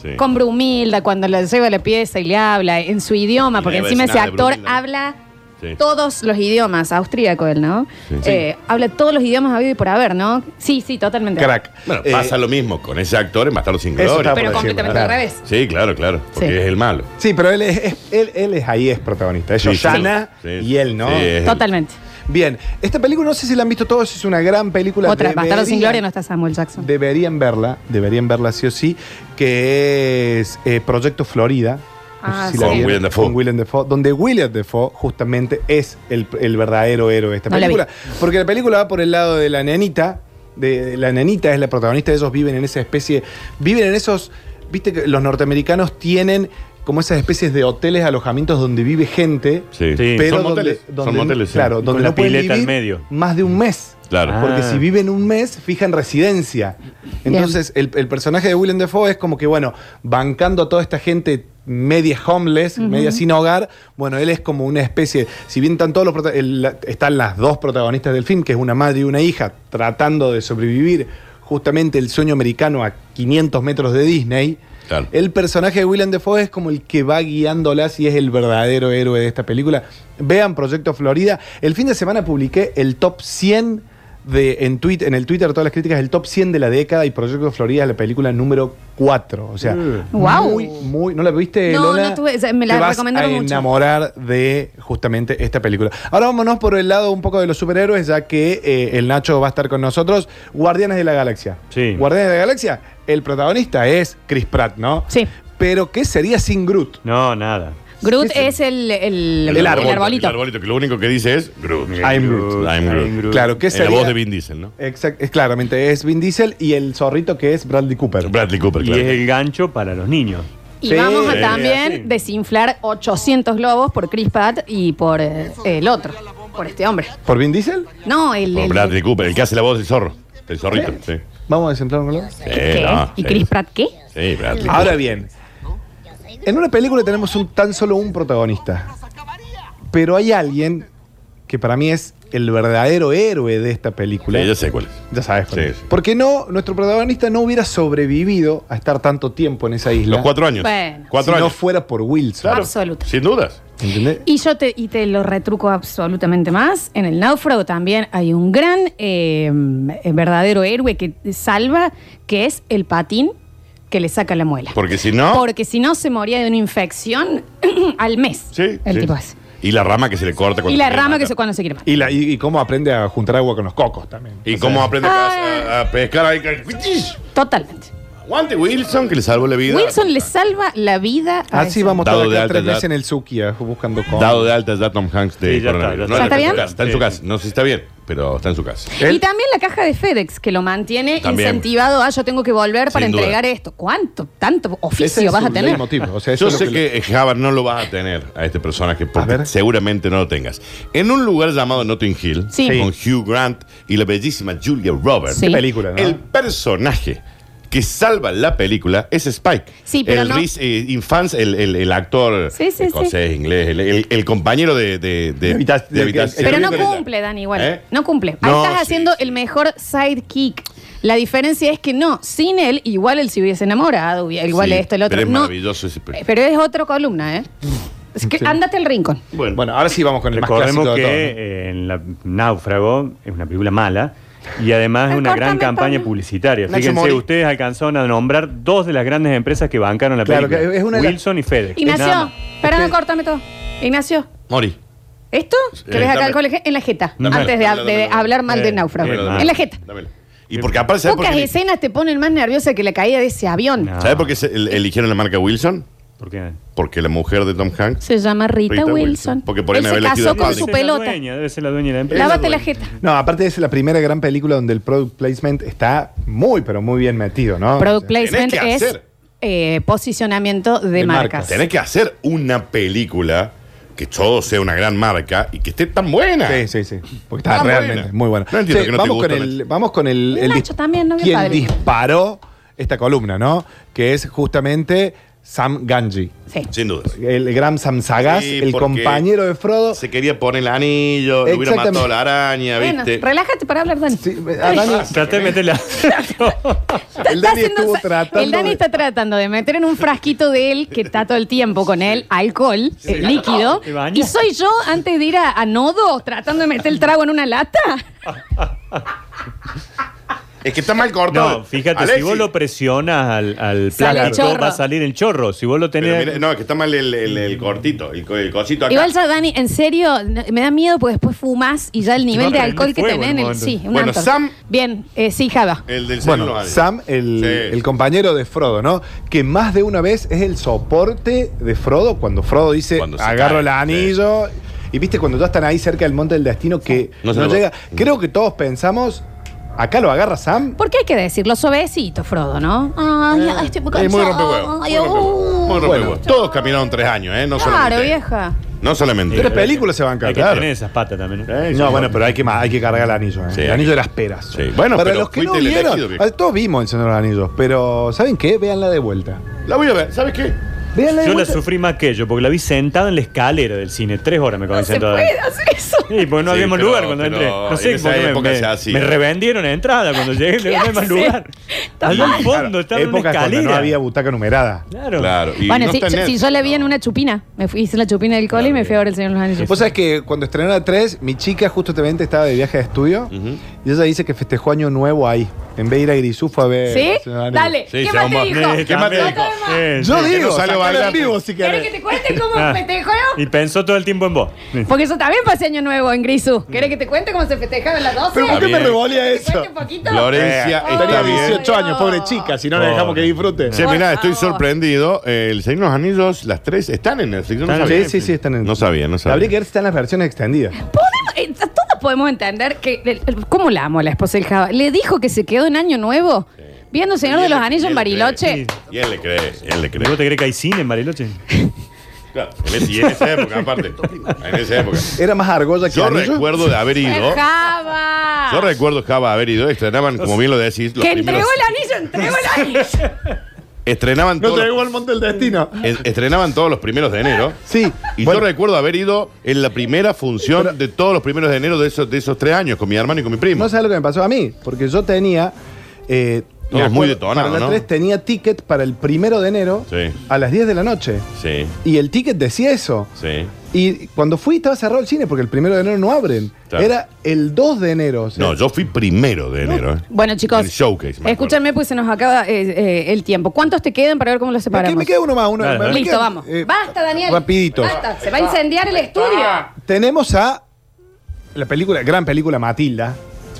[SPEAKER 6] Sí.
[SPEAKER 3] Con Brumilda, cuando le lleva la pieza y le habla en su idioma,
[SPEAKER 6] Y
[SPEAKER 3] porque
[SPEAKER 6] no iba a
[SPEAKER 3] encima
[SPEAKER 6] decir
[SPEAKER 3] ese
[SPEAKER 6] nada de
[SPEAKER 3] actor
[SPEAKER 6] Brumilda.
[SPEAKER 3] habla
[SPEAKER 6] Sí.
[SPEAKER 3] todos los idiomas, austríaco él, ¿no?
[SPEAKER 6] Sí.
[SPEAKER 3] Eh, Habla todos los idiomas habido y por haber, ¿no? Sí, sí, totalmente.
[SPEAKER 5] Crack.
[SPEAKER 6] Bueno,
[SPEAKER 5] Eh,
[SPEAKER 6] pasa lo mismo con ese actor en Bastardo sin
[SPEAKER 5] Eso
[SPEAKER 6] Gloria.
[SPEAKER 5] está
[SPEAKER 3] Pero
[SPEAKER 5] por decirlo,
[SPEAKER 3] completamente
[SPEAKER 5] claro.
[SPEAKER 3] al revés.
[SPEAKER 6] Sí, claro, claro. Porque
[SPEAKER 3] Sí.
[SPEAKER 6] es el malo.
[SPEAKER 5] Sí, pero él es, es- él, él es ahí es protagonista. Es
[SPEAKER 6] Sí, sí.
[SPEAKER 5] Shoshana
[SPEAKER 6] Sí.
[SPEAKER 5] y él, ¿no?
[SPEAKER 6] Sí, es él.
[SPEAKER 3] Totalmente.
[SPEAKER 5] Bien, esta película no sé si la han visto todos, es una gran película.
[SPEAKER 3] Otra,
[SPEAKER 5] Deberían-
[SPEAKER 3] Bastardo sin Gloria no está Samuel Jackson.
[SPEAKER 5] Deberían verla, deberían verla sí o sí, que es eh, Proyecto Florida. no sé
[SPEAKER 3] Ah,
[SPEAKER 5] si la
[SPEAKER 3] sí.
[SPEAKER 5] vieron,
[SPEAKER 6] Con Willem Dafoe.
[SPEAKER 5] Con Willem Dafoe, donde Willem Dafoe justamente es el, el verdadero héroe de esta
[SPEAKER 3] No la
[SPEAKER 5] película. Porque la película va por el lado de la nenita, de, de la nenita es la protagonista, ellos viven en esa especie, viven en esos, viste que los norteamericanos tienen como esas especies de hoteles, alojamientos donde vive gente.
[SPEAKER 6] Sí.
[SPEAKER 4] Sí.
[SPEAKER 5] Pero
[SPEAKER 6] son
[SPEAKER 5] donde-
[SPEAKER 6] moteles.
[SPEAKER 5] donde-
[SPEAKER 6] son moteles. sí.
[SPEAKER 5] Claro,
[SPEAKER 4] Y
[SPEAKER 5] donde
[SPEAKER 4] con
[SPEAKER 5] no
[SPEAKER 4] la
[SPEAKER 5] pueden
[SPEAKER 4] pileta al
[SPEAKER 5] vivir
[SPEAKER 4] medio.
[SPEAKER 5] más de un mes.
[SPEAKER 6] Claro.
[SPEAKER 4] Ah.
[SPEAKER 5] Porque si viven un mes, fijan residencia. Entonces, el, el personaje de Willem Dafoe es como que, bueno, bancando a toda esta gente media homeless, media sin hogar, bueno, él es como una especie, si bien están todos los prota- el- la- están las dos protagonistas del film, que es una madre y una hija, tratando de sobrevivir justamente el sueño americano a 500 metros de Disney,
[SPEAKER 6] Claro.
[SPEAKER 5] el personaje de Willem Dafoe es como el que va guiándolas y es el verdadero héroe de esta película. Vean Proyecto Florida. El fin de semana publiqué el top 100 de, en, tweet, en el Twitter todas las críticas, el top 100 de la década y Proyecto Florida es la película número 4. O sea,
[SPEAKER 3] Guau.
[SPEAKER 5] muy, muy. ¿No la viste,
[SPEAKER 3] No,
[SPEAKER 5] Lola?
[SPEAKER 3] no tuve- o sea, me la
[SPEAKER 5] Te vas
[SPEAKER 3] recomendaron
[SPEAKER 5] a
[SPEAKER 3] mucho.
[SPEAKER 5] enamorar de justamente esta película. Ahora vámonos por el lado un poco de los superhéroes, ya que eh, el Nacho va a estar con nosotros. Guardianes de la Galaxia.
[SPEAKER 4] Sí.
[SPEAKER 5] Guardianes de la Galaxia, el protagonista es Chris Pratt, ¿no?
[SPEAKER 3] Sí.
[SPEAKER 5] Pero, ¿qué sería sin Groot?
[SPEAKER 4] No, nada.
[SPEAKER 3] Groot
[SPEAKER 5] Sí, sí.
[SPEAKER 3] es el, el,
[SPEAKER 5] El árbol,
[SPEAKER 3] arbolito.
[SPEAKER 6] El arbolito, que lo único que dice es Groot.
[SPEAKER 5] I'm Groot.
[SPEAKER 6] I'm Groot.
[SPEAKER 5] Claro, ¿qué
[SPEAKER 6] En la
[SPEAKER 5] sería?
[SPEAKER 6] voz de Vin Diesel, ¿no?
[SPEAKER 5] Exact- es- claramente, es Vin Diesel y el zorrito que es Bradley Cooper.
[SPEAKER 6] Bradley Cooper,
[SPEAKER 4] Y
[SPEAKER 6] claro.
[SPEAKER 4] es el gancho para los niños.
[SPEAKER 3] Y
[SPEAKER 5] Sí,
[SPEAKER 3] vamos a
[SPEAKER 5] sí,
[SPEAKER 3] también
[SPEAKER 4] así.
[SPEAKER 3] desinflar 800 globos por Chris Pratt y por eh, el otro, por este hombre.
[SPEAKER 5] ¿Por Vin Diesel?
[SPEAKER 3] No, el...
[SPEAKER 6] Por
[SPEAKER 3] el-
[SPEAKER 6] Bradley Cooper, el que hace la voz del zorro. Del zorrito. Sí.
[SPEAKER 5] Vamos a desemplar un color.
[SPEAKER 6] Sí,
[SPEAKER 3] ¿Qué?
[SPEAKER 6] eh, no,
[SPEAKER 3] ¿Y
[SPEAKER 6] sí,
[SPEAKER 3] Chris Pratt qué?
[SPEAKER 6] Sí, Bradley.
[SPEAKER 5] Ahora bien, en una película tenemos un- tan solo un protagonista. Pero hay alguien que para mí es el verdadero héroe de esta película.
[SPEAKER 6] Sí, ya sé cuál es.
[SPEAKER 5] Ya sabes. cuál
[SPEAKER 6] Sí,
[SPEAKER 5] es.
[SPEAKER 6] sí.
[SPEAKER 5] Porque no, nuestro protagonista no hubiera sobrevivido a estar tanto tiempo en esa isla.
[SPEAKER 6] Los cuatro años.
[SPEAKER 3] Bueno.
[SPEAKER 5] si
[SPEAKER 6] Cuatro
[SPEAKER 5] no
[SPEAKER 6] años.
[SPEAKER 5] fuera por Wilson.
[SPEAKER 6] Claro.
[SPEAKER 3] Absoluto.
[SPEAKER 6] Sin dudas.
[SPEAKER 5] ¿Entendés?
[SPEAKER 3] Y yo te, y te lo retruco absolutamente más. En el náufrago también hay un gran eh, eh, verdadero héroe que te salva, que es el patín que le saca la muela.
[SPEAKER 6] Porque si no.
[SPEAKER 3] Porque si no se moría de una infección al mes.
[SPEAKER 6] Sí.
[SPEAKER 3] el
[SPEAKER 6] sí.
[SPEAKER 3] tipo ese.
[SPEAKER 6] Y la rama que se le corta cuando
[SPEAKER 3] Y la
[SPEAKER 6] se quiere
[SPEAKER 3] rama que
[SPEAKER 6] matar.
[SPEAKER 3] se cuando se quiere matar.
[SPEAKER 5] Y, la, y, y cómo aprende a juntar agua con los cocos también.
[SPEAKER 6] Y
[SPEAKER 5] O
[SPEAKER 6] cómo
[SPEAKER 5] sea,
[SPEAKER 6] aprende a, a- a pescar ahí.
[SPEAKER 3] Totalmente.
[SPEAKER 6] Aguante Wilson, que le salvó la vida.
[SPEAKER 3] Wilson le salva la vida a ese
[SPEAKER 5] Así Ah, vamos
[SPEAKER 6] Dado
[SPEAKER 5] todos
[SPEAKER 6] de
[SPEAKER 5] acá
[SPEAKER 6] alta
[SPEAKER 5] tres
[SPEAKER 6] edad.
[SPEAKER 5] meses en el Sukia buscando cocos.
[SPEAKER 6] Dado de alta ya Tom Hanks de
[SPEAKER 4] Sí, ya está,
[SPEAKER 6] coronavirus.
[SPEAKER 4] ya
[SPEAKER 6] No,
[SPEAKER 3] está. ¿Está
[SPEAKER 6] en su
[SPEAKER 3] bien?
[SPEAKER 6] casa, Está en su
[SPEAKER 4] Sí,
[SPEAKER 6] casa.
[SPEAKER 4] sí.
[SPEAKER 6] No sé si está bien, pero está en su casa.
[SPEAKER 5] Él-
[SPEAKER 3] Y también la caja de FedEx, que lo mantiene
[SPEAKER 6] También.
[SPEAKER 3] incentivado a "Ah, yo tengo que volver para
[SPEAKER 6] Sin duda.
[SPEAKER 3] entregar esto. ¿Cuánto? ¿Tanto
[SPEAKER 5] Ese
[SPEAKER 3] oficio
[SPEAKER 5] es
[SPEAKER 3] vas a
[SPEAKER 5] su
[SPEAKER 3] tener?
[SPEAKER 5] leitmotiv, o sea, eso
[SPEAKER 6] Yo
[SPEAKER 5] es lo
[SPEAKER 6] sé
[SPEAKER 5] que le-
[SPEAKER 6] que, eh, Java no lo vas a tener a este personaje
[SPEAKER 5] A
[SPEAKER 6] porque
[SPEAKER 5] ver.
[SPEAKER 6] seguramente no lo tengas. En un lugar llamado Notting Hill,
[SPEAKER 3] Sí.
[SPEAKER 6] con Hugh Grant y la bellísima Julia Roberts,
[SPEAKER 3] Sí.
[SPEAKER 5] Qué película, ¿no?
[SPEAKER 6] el personaje que salva la película es Spike.
[SPEAKER 3] Sí, pero
[SPEAKER 6] el
[SPEAKER 3] no-
[SPEAKER 6] Rhys, eh, Infants, el, el- el actor eh,
[SPEAKER 3] Sí, sí,
[SPEAKER 6] escocés, inglés, el, el- el compañero de, de, de-
[SPEAKER 5] De habita-
[SPEAKER 6] de
[SPEAKER 5] del que-
[SPEAKER 6] habitación.
[SPEAKER 3] Pero no
[SPEAKER 6] Ahorita.
[SPEAKER 3] cumple, Dani, igual.
[SPEAKER 6] ¿Eh?
[SPEAKER 3] No cumple. Ahí
[SPEAKER 6] No,
[SPEAKER 3] estás
[SPEAKER 6] sí,
[SPEAKER 3] haciendo
[SPEAKER 6] sí.
[SPEAKER 3] el mejor sidekick. La diferencia es que no, sin él, igual él se hubiese enamorado, hubiera- igual
[SPEAKER 6] Sí,
[SPEAKER 3] esto, el otro.
[SPEAKER 6] Pero es
[SPEAKER 3] no,
[SPEAKER 6] maravilloso ese
[SPEAKER 3] Eh, pero es otra columna, ¿eh? Es que ándate al rincón.
[SPEAKER 6] Bueno,
[SPEAKER 5] Bueno, ahora sí vamos con el más
[SPEAKER 4] Recordemos
[SPEAKER 5] clásico
[SPEAKER 4] que
[SPEAKER 5] de todos,
[SPEAKER 4] eh, en la Náufrago es una película mala y además es una
[SPEAKER 3] Recórtame,
[SPEAKER 4] gran campaña
[SPEAKER 3] Pablo.
[SPEAKER 4] publicitaria.
[SPEAKER 5] Nacho
[SPEAKER 4] Fíjense,
[SPEAKER 5] Mori.
[SPEAKER 4] ustedes alcanzaron a nombrar dos de las grandes empresas que bancaron la
[SPEAKER 5] Claro,
[SPEAKER 4] película.
[SPEAKER 5] que es una de las-
[SPEAKER 4] Wilson y FedEx. Nada
[SPEAKER 3] Ignacio,
[SPEAKER 4] más.
[SPEAKER 3] perdón,
[SPEAKER 5] Es que-
[SPEAKER 3] córtame todo. Ignacio,
[SPEAKER 6] Mori.
[SPEAKER 3] ¿esto? Que
[SPEAKER 6] Eh,
[SPEAKER 3] ves acá
[SPEAKER 6] dame.
[SPEAKER 3] el colegio en la jeta,
[SPEAKER 6] Dámela,
[SPEAKER 3] antes de,
[SPEAKER 6] dámela,
[SPEAKER 3] de
[SPEAKER 6] dámela.
[SPEAKER 3] hablar mal de
[SPEAKER 4] Eh,
[SPEAKER 3] náufrago.
[SPEAKER 4] dámela,
[SPEAKER 6] dámela.
[SPEAKER 3] En la jeta.
[SPEAKER 6] Dámela. Y porque aparte, ¿sabes por
[SPEAKER 3] Pocas
[SPEAKER 6] qué?
[SPEAKER 3] escenas te ponen más nerviosa que la caída de ese avión.
[SPEAKER 4] No.
[SPEAKER 6] ¿Sabes por qué se- el- eligieron la marca Wilson?
[SPEAKER 4] ¿Por qué?
[SPEAKER 6] Porque la mujer de Tom Hanks.
[SPEAKER 3] Se llama Rita,
[SPEAKER 6] Rita
[SPEAKER 3] Wilson.
[SPEAKER 6] Wilson. Porque por ahí
[SPEAKER 3] Él
[SPEAKER 6] me
[SPEAKER 3] se
[SPEAKER 6] había elegido
[SPEAKER 3] casó
[SPEAKER 6] de
[SPEAKER 3] con
[SPEAKER 6] padre.
[SPEAKER 3] su
[SPEAKER 4] Debe ser la
[SPEAKER 3] pelota.
[SPEAKER 4] dueña, debe ser la dueña de la empresa.
[SPEAKER 3] Lávate la jeta.
[SPEAKER 5] ¿no? No, aparte es la primera gran película donde el product placement está muy, pero muy bien metido, ¿no?
[SPEAKER 3] Product
[SPEAKER 5] O sea,
[SPEAKER 3] placement
[SPEAKER 6] tenés que
[SPEAKER 3] es
[SPEAKER 6] hacer.
[SPEAKER 3] eh, posicionamiento de,
[SPEAKER 5] De
[SPEAKER 3] marcas.
[SPEAKER 5] marcas.
[SPEAKER 6] Tenés que hacer una película que todo sea una gran marca y que esté tan buena.
[SPEAKER 5] Sí, sí, sí. Porque está
[SPEAKER 6] Ah,
[SPEAKER 5] realmente
[SPEAKER 6] buena.
[SPEAKER 5] muy buena.
[SPEAKER 6] No entiendo que no te
[SPEAKER 5] vamos,
[SPEAKER 6] gusta,
[SPEAKER 5] con el, vamos con el. el
[SPEAKER 3] Nacho
[SPEAKER 5] dis-
[SPEAKER 3] también, no vio
[SPEAKER 5] Quien
[SPEAKER 3] padre.
[SPEAKER 5] disparó esta columna, ¿no? Que es justamente Sam Ganji.
[SPEAKER 3] Sí.
[SPEAKER 6] Sin duda.
[SPEAKER 5] El gran Sam Sagaz,
[SPEAKER 6] Sí,
[SPEAKER 5] el
[SPEAKER 6] porque
[SPEAKER 5] compañero de Frodo.
[SPEAKER 6] Se quería poner el anillo, le hubiera
[SPEAKER 5] Exactamente.
[SPEAKER 6] matado la araña,
[SPEAKER 3] Bueno,
[SPEAKER 6] ¿viste?
[SPEAKER 3] relájate para hablar, Dani.
[SPEAKER 5] Sí, a Dani-
[SPEAKER 4] Traté de meterla.
[SPEAKER 3] Está-
[SPEAKER 5] el
[SPEAKER 3] está
[SPEAKER 5] Dani
[SPEAKER 3] haciendo-
[SPEAKER 5] estuvo tratando
[SPEAKER 3] el Dani
[SPEAKER 5] de-
[SPEAKER 3] está tratando de meter en un frasquito de él, que está todo el tiempo con él, alcohol, eh, líquido.
[SPEAKER 4] Te bañas.
[SPEAKER 3] Y soy yo, antes de ir a, a Nodo, tratando de meter el trago en una lata.
[SPEAKER 6] Es que está mal cortado.
[SPEAKER 4] No, fíjate, si
[SPEAKER 6] Alexis.
[SPEAKER 4] vos lo presionas al, al
[SPEAKER 3] Sale el
[SPEAKER 4] plástico,
[SPEAKER 3] chorro.
[SPEAKER 4] va a salir el chorro. Si vos lo
[SPEAKER 6] Pero
[SPEAKER 4] tenés.
[SPEAKER 6] mira, no, es que está mal el, el- el cortito, el, co- el cosito acá.
[SPEAKER 3] Igual ya, Dani, en serio, n- me da miedo porque después fumas y ya el nivel
[SPEAKER 4] va
[SPEAKER 3] de
[SPEAKER 4] prendiendo
[SPEAKER 3] alcohol que
[SPEAKER 4] fuego
[SPEAKER 3] tenés
[SPEAKER 4] en
[SPEAKER 3] en
[SPEAKER 4] un
[SPEAKER 3] el.
[SPEAKER 4] momento.
[SPEAKER 3] Sí, un
[SPEAKER 6] Bueno,
[SPEAKER 3] montón.
[SPEAKER 6] Sam-
[SPEAKER 3] Bien, eh, sí, Java.
[SPEAKER 6] El del
[SPEAKER 5] Bueno,
[SPEAKER 6] celular.
[SPEAKER 5] Sam, eh, el,
[SPEAKER 6] Sí.
[SPEAKER 5] el compañero de Frodo, ¿no? Que más de una vez es el soporte de Frodo cuando Frodo dice,
[SPEAKER 6] Cuando se
[SPEAKER 5] agarro
[SPEAKER 6] cae,
[SPEAKER 5] el
[SPEAKER 6] sí.
[SPEAKER 5] anillo. Y viste, cuando ya están ahí cerca del monte del destino que
[SPEAKER 6] No
[SPEAKER 5] no,
[SPEAKER 6] se lo va.
[SPEAKER 5] llega. Creo que todos pensamos, acá lo agarra Sam.
[SPEAKER 3] ¿Por qué hay que decirlo suavecito, Frodo, no? Ay, ay, estoy muy
[SPEAKER 5] Eh,
[SPEAKER 6] Es muy
[SPEAKER 3] cansado.
[SPEAKER 6] rompehuevo.
[SPEAKER 3] Ay,
[SPEAKER 6] Muy rompehuevo.
[SPEAKER 3] uh.
[SPEAKER 6] Muy rompehuevo.
[SPEAKER 5] Bueno.
[SPEAKER 6] Todos caminaron tres años, ¿eh? No
[SPEAKER 3] Claro,
[SPEAKER 6] solamente.
[SPEAKER 3] vieja.
[SPEAKER 6] No solamente.
[SPEAKER 5] Tres películas se van a
[SPEAKER 4] Hay que
[SPEAKER 5] claro.
[SPEAKER 4] tener esas patas también. ¿eh?
[SPEAKER 5] No, bueno, pero hay que, ma- hay que cargar el anillo. ¿eh?
[SPEAKER 6] Sí,
[SPEAKER 5] el
[SPEAKER 6] hay
[SPEAKER 5] anillo
[SPEAKER 6] que-
[SPEAKER 5] de las peras.
[SPEAKER 6] Sí. Bueno,
[SPEAKER 5] Para
[SPEAKER 6] pero
[SPEAKER 5] los que no
[SPEAKER 6] fuiste el elegido,
[SPEAKER 5] vieron,
[SPEAKER 6] viejo.
[SPEAKER 5] todos vimos el Señor de los Anillos, pero ¿saben qué? Véanla de vuelta.
[SPEAKER 6] La voy a ver. ¿Sabes qué?
[SPEAKER 5] Véanla de
[SPEAKER 4] Yo la
[SPEAKER 5] vuelta.
[SPEAKER 4] sufrí más que yo, porque la vi sentada en la escalera del cine. Tres horas me
[SPEAKER 3] No
[SPEAKER 4] quedé
[SPEAKER 3] se
[SPEAKER 4] sentada.
[SPEAKER 3] puede hacer eso.
[SPEAKER 4] Sí, porque no
[SPEAKER 6] Sí,
[SPEAKER 4] habíamos
[SPEAKER 6] pero-
[SPEAKER 4] lugar cuando
[SPEAKER 6] pero
[SPEAKER 4] entré. No sé,
[SPEAKER 6] en esa
[SPEAKER 4] porque me-
[SPEAKER 6] época
[SPEAKER 4] me,
[SPEAKER 6] se hacía.
[SPEAKER 4] me revendieron entrada cuando llegué, no había más
[SPEAKER 3] haces?
[SPEAKER 4] lugar.
[SPEAKER 3] Está
[SPEAKER 4] Allá
[SPEAKER 3] mal.
[SPEAKER 4] al fondo estaba en una
[SPEAKER 5] Épocas cuando
[SPEAKER 4] escalera.
[SPEAKER 5] no había butaca numerada.
[SPEAKER 4] Claro.
[SPEAKER 6] Claro. y
[SPEAKER 3] bueno,
[SPEAKER 6] no
[SPEAKER 3] si,
[SPEAKER 6] está en
[SPEAKER 3] yo- si
[SPEAKER 6] Netflix.
[SPEAKER 3] yo la vi en una chupina, me fui, hice la chupina del cole y me fui a ver el Señor de los Anillos.
[SPEAKER 5] Vos sabés que cuando estrenó la 3, mi chica justamente estaba de viaje de estudio
[SPEAKER 6] Ujú.
[SPEAKER 5] y ella dice que festejó Año Nuevo ahí. En vez de ir a Grisú fue a ver.
[SPEAKER 3] ¿Sí?
[SPEAKER 5] el Señor de los
[SPEAKER 3] Dale,
[SPEAKER 6] Sí,
[SPEAKER 3] ¿qué
[SPEAKER 6] se
[SPEAKER 3] más te
[SPEAKER 6] vamos.
[SPEAKER 3] dijo?
[SPEAKER 4] Eh,
[SPEAKER 6] ¿Qué más te
[SPEAKER 4] también.
[SPEAKER 6] dijo?
[SPEAKER 4] Eh,
[SPEAKER 5] Anillos.
[SPEAKER 4] sí.
[SPEAKER 5] Yo
[SPEAKER 6] que
[SPEAKER 5] digo,
[SPEAKER 6] no salió
[SPEAKER 5] salió
[SPEAKER 6] a
[SPEAKER 5] bailar
[SPEAKER 6] bailar.
[SPEAKER 5] en vivo si
[SPEAKER 3] ¿Quieres que
[SPEAKER 5] querés.
[SPEAKER 3] te cuente cómo
[SPEAKER 4] Ah.
[SPEAKER 3] festejó?
[SPEAKER 4] Y pensó todo el tiempo en vos. Sí.
[SPEAKER 3] Porque yo también pasé Año Nuevo en Grisú. ¿Quieres que te cuente cómo se festejaba en las 12?
[SPEAKER 5] Pero ¿por qué
[SPEAKER 6] Está
[SPEAKER 5] me
[SPEAKER 6] bien.
[SPEAKER 5] revolía
[SPEAKER 3] ¿Te
[SPEAKER 5] eso?
[SPEAKER 3] cuento un poquito?
[SPEAKER 6] Florencia
[SPEAKER 3] Eh,
[SPEAKER 6] está
[SPEAKER 5] Tenía
[SPEAKER 3] Ay,
[SPEAKER 6] bien.
[SPEAKER 5] 18 años,
[SPEAKER 3] Dios.
[SPEAKER 5] pobre chica, si no la dejamos que disfrute.
[SPEAKER 6] Che,
[SPEAKER 3] Por
[SPEAKER 6] mirá, estoy
[SPEAKER 3] favor.
[SPEAKER 6] sorprendido. Eh, el Señor de los Anillos, las tres, están en Netflix. Yo no
[SPEAKER 4] Están en
[SPEAKER 6] sabía.
[SPEAKER 5] Sí, sí, sí, están en.
[SPEAKER 6] No sabía, no sabía.
[SPEAKER 5] Habría que ver si están las versiones extendidas.
[SPEAKER 3] Podemos- eh, todos podemos entender que. el- el- ¿Cómo la amo la esposa del Java? ¿Le dijo que se quedó en Año Nuevo? Viendo Señor de los Anillos en Bariloche.
[SPEAKER 6] Y él le cree, y él le
[SPEAKER 4] ¿Y ¿Vos
[SPEAKER 6] cree.
[SPEAKER 4] te crees que hay cine en Bariloche?
[SPEAKER 6] Claro, en ese- y en esa época, aparte. En esa época.
[SPEAKER 5] Era más argolla que
[SPEAKER 6] Yo
[SPEAKER 5] anillo.
[SPEAKER 6] recuerdo de haber
[SPEAKER 3] ¡Fue
[SPEAKER 6] ido.
[SPEAKER 3] Java!
[SPEAKER 6] Yo recuerdo, Java, haber ido. Estrenaban, como bien lo decís, los
[SPEAKER 3] Que
[SPEAKER 6] primeros.
[SPEAKER 3] entregó el anillo, entregó el anillo.
[SPEAKER 6] Estrenaban
[SPEAKER 5] No
[SPEAKER 6] todos
[SPEAKER 5] llegó
[SPEAKER 6] los-
[SPEAKER 5] al monte del destino.
[SPEAKER 6] es- estrenaban todos los primeros de enero.
[SPEAKER 5] Sí.
[SPEAKER 6] Y
[SPEAKER 5] Bueno,
[SPEAKER 6] yo recuerdo haber ido en la primera función de todos los primeros de enero de esos, de esos tres años con mi hermano y con mi primo.
[SPEAKER 5] No sabes lo que me pasó a mí, porque yo tenía. Eh,
[SPEAKER 6] No,
[SPEAKER 5] me
[SPEAKER 6] es muy
[SPEAKER 5] acuerdo,
[SPEAKER 6] detonado,
[SPEAKER 5] para la
[SPEAKER 6] ¿no?
[SPEAKER 5] 3 tenía ticket para el primero de enero
[SPEAKER 6] Sí.
[SPEAKER 5] a las 10 de la noche.
[SPEAKER 6] Sí,
[SPEAKER 5] Y el ticket decía eso.
[SPEAKER 6] sí.
[SPEAKER 5] Y cuando fui estaba cerrado el cine porque el primero de enero no abren.
[SPEAKER 6] Claro.
[SPEAKER 5] Era el 2 de enero. o sea,
[SPEAKER 6] No, yo fui primero de enero. ¿eh?
[SPEAKER 3] Bueno, chicos,
[SPEAKER 6] El showcase, me
[SPEAKER 3] escúchame, pues se nos acaba eh, eh, el tiempo. ¿Cuántos te quedan para ver cómo los
[SPEAKER 5] me,
[SPEAKER 3] separamos?
[SPEAKER 5] queda, me queda uno más, uno
[SPEAKER 4] Claro,
[SPEAKER 5] más.
[SPEAKER 4] ¿eh?
[SPEAKER 5] Me
[SPEAKER 3] Listo,
[SPEAKER 5] queda,
[SPEAKER 3] vamos.
[SPEAKER 5] eh,
[SPEAKER 3] Basta, Daniel.
[SPEAKER 5] Rapidito.
[SPEAKER 3] Basta, se va a incendiar el estudio.
[SPEAKER 5] Tenemos a la película, gran película Matilda.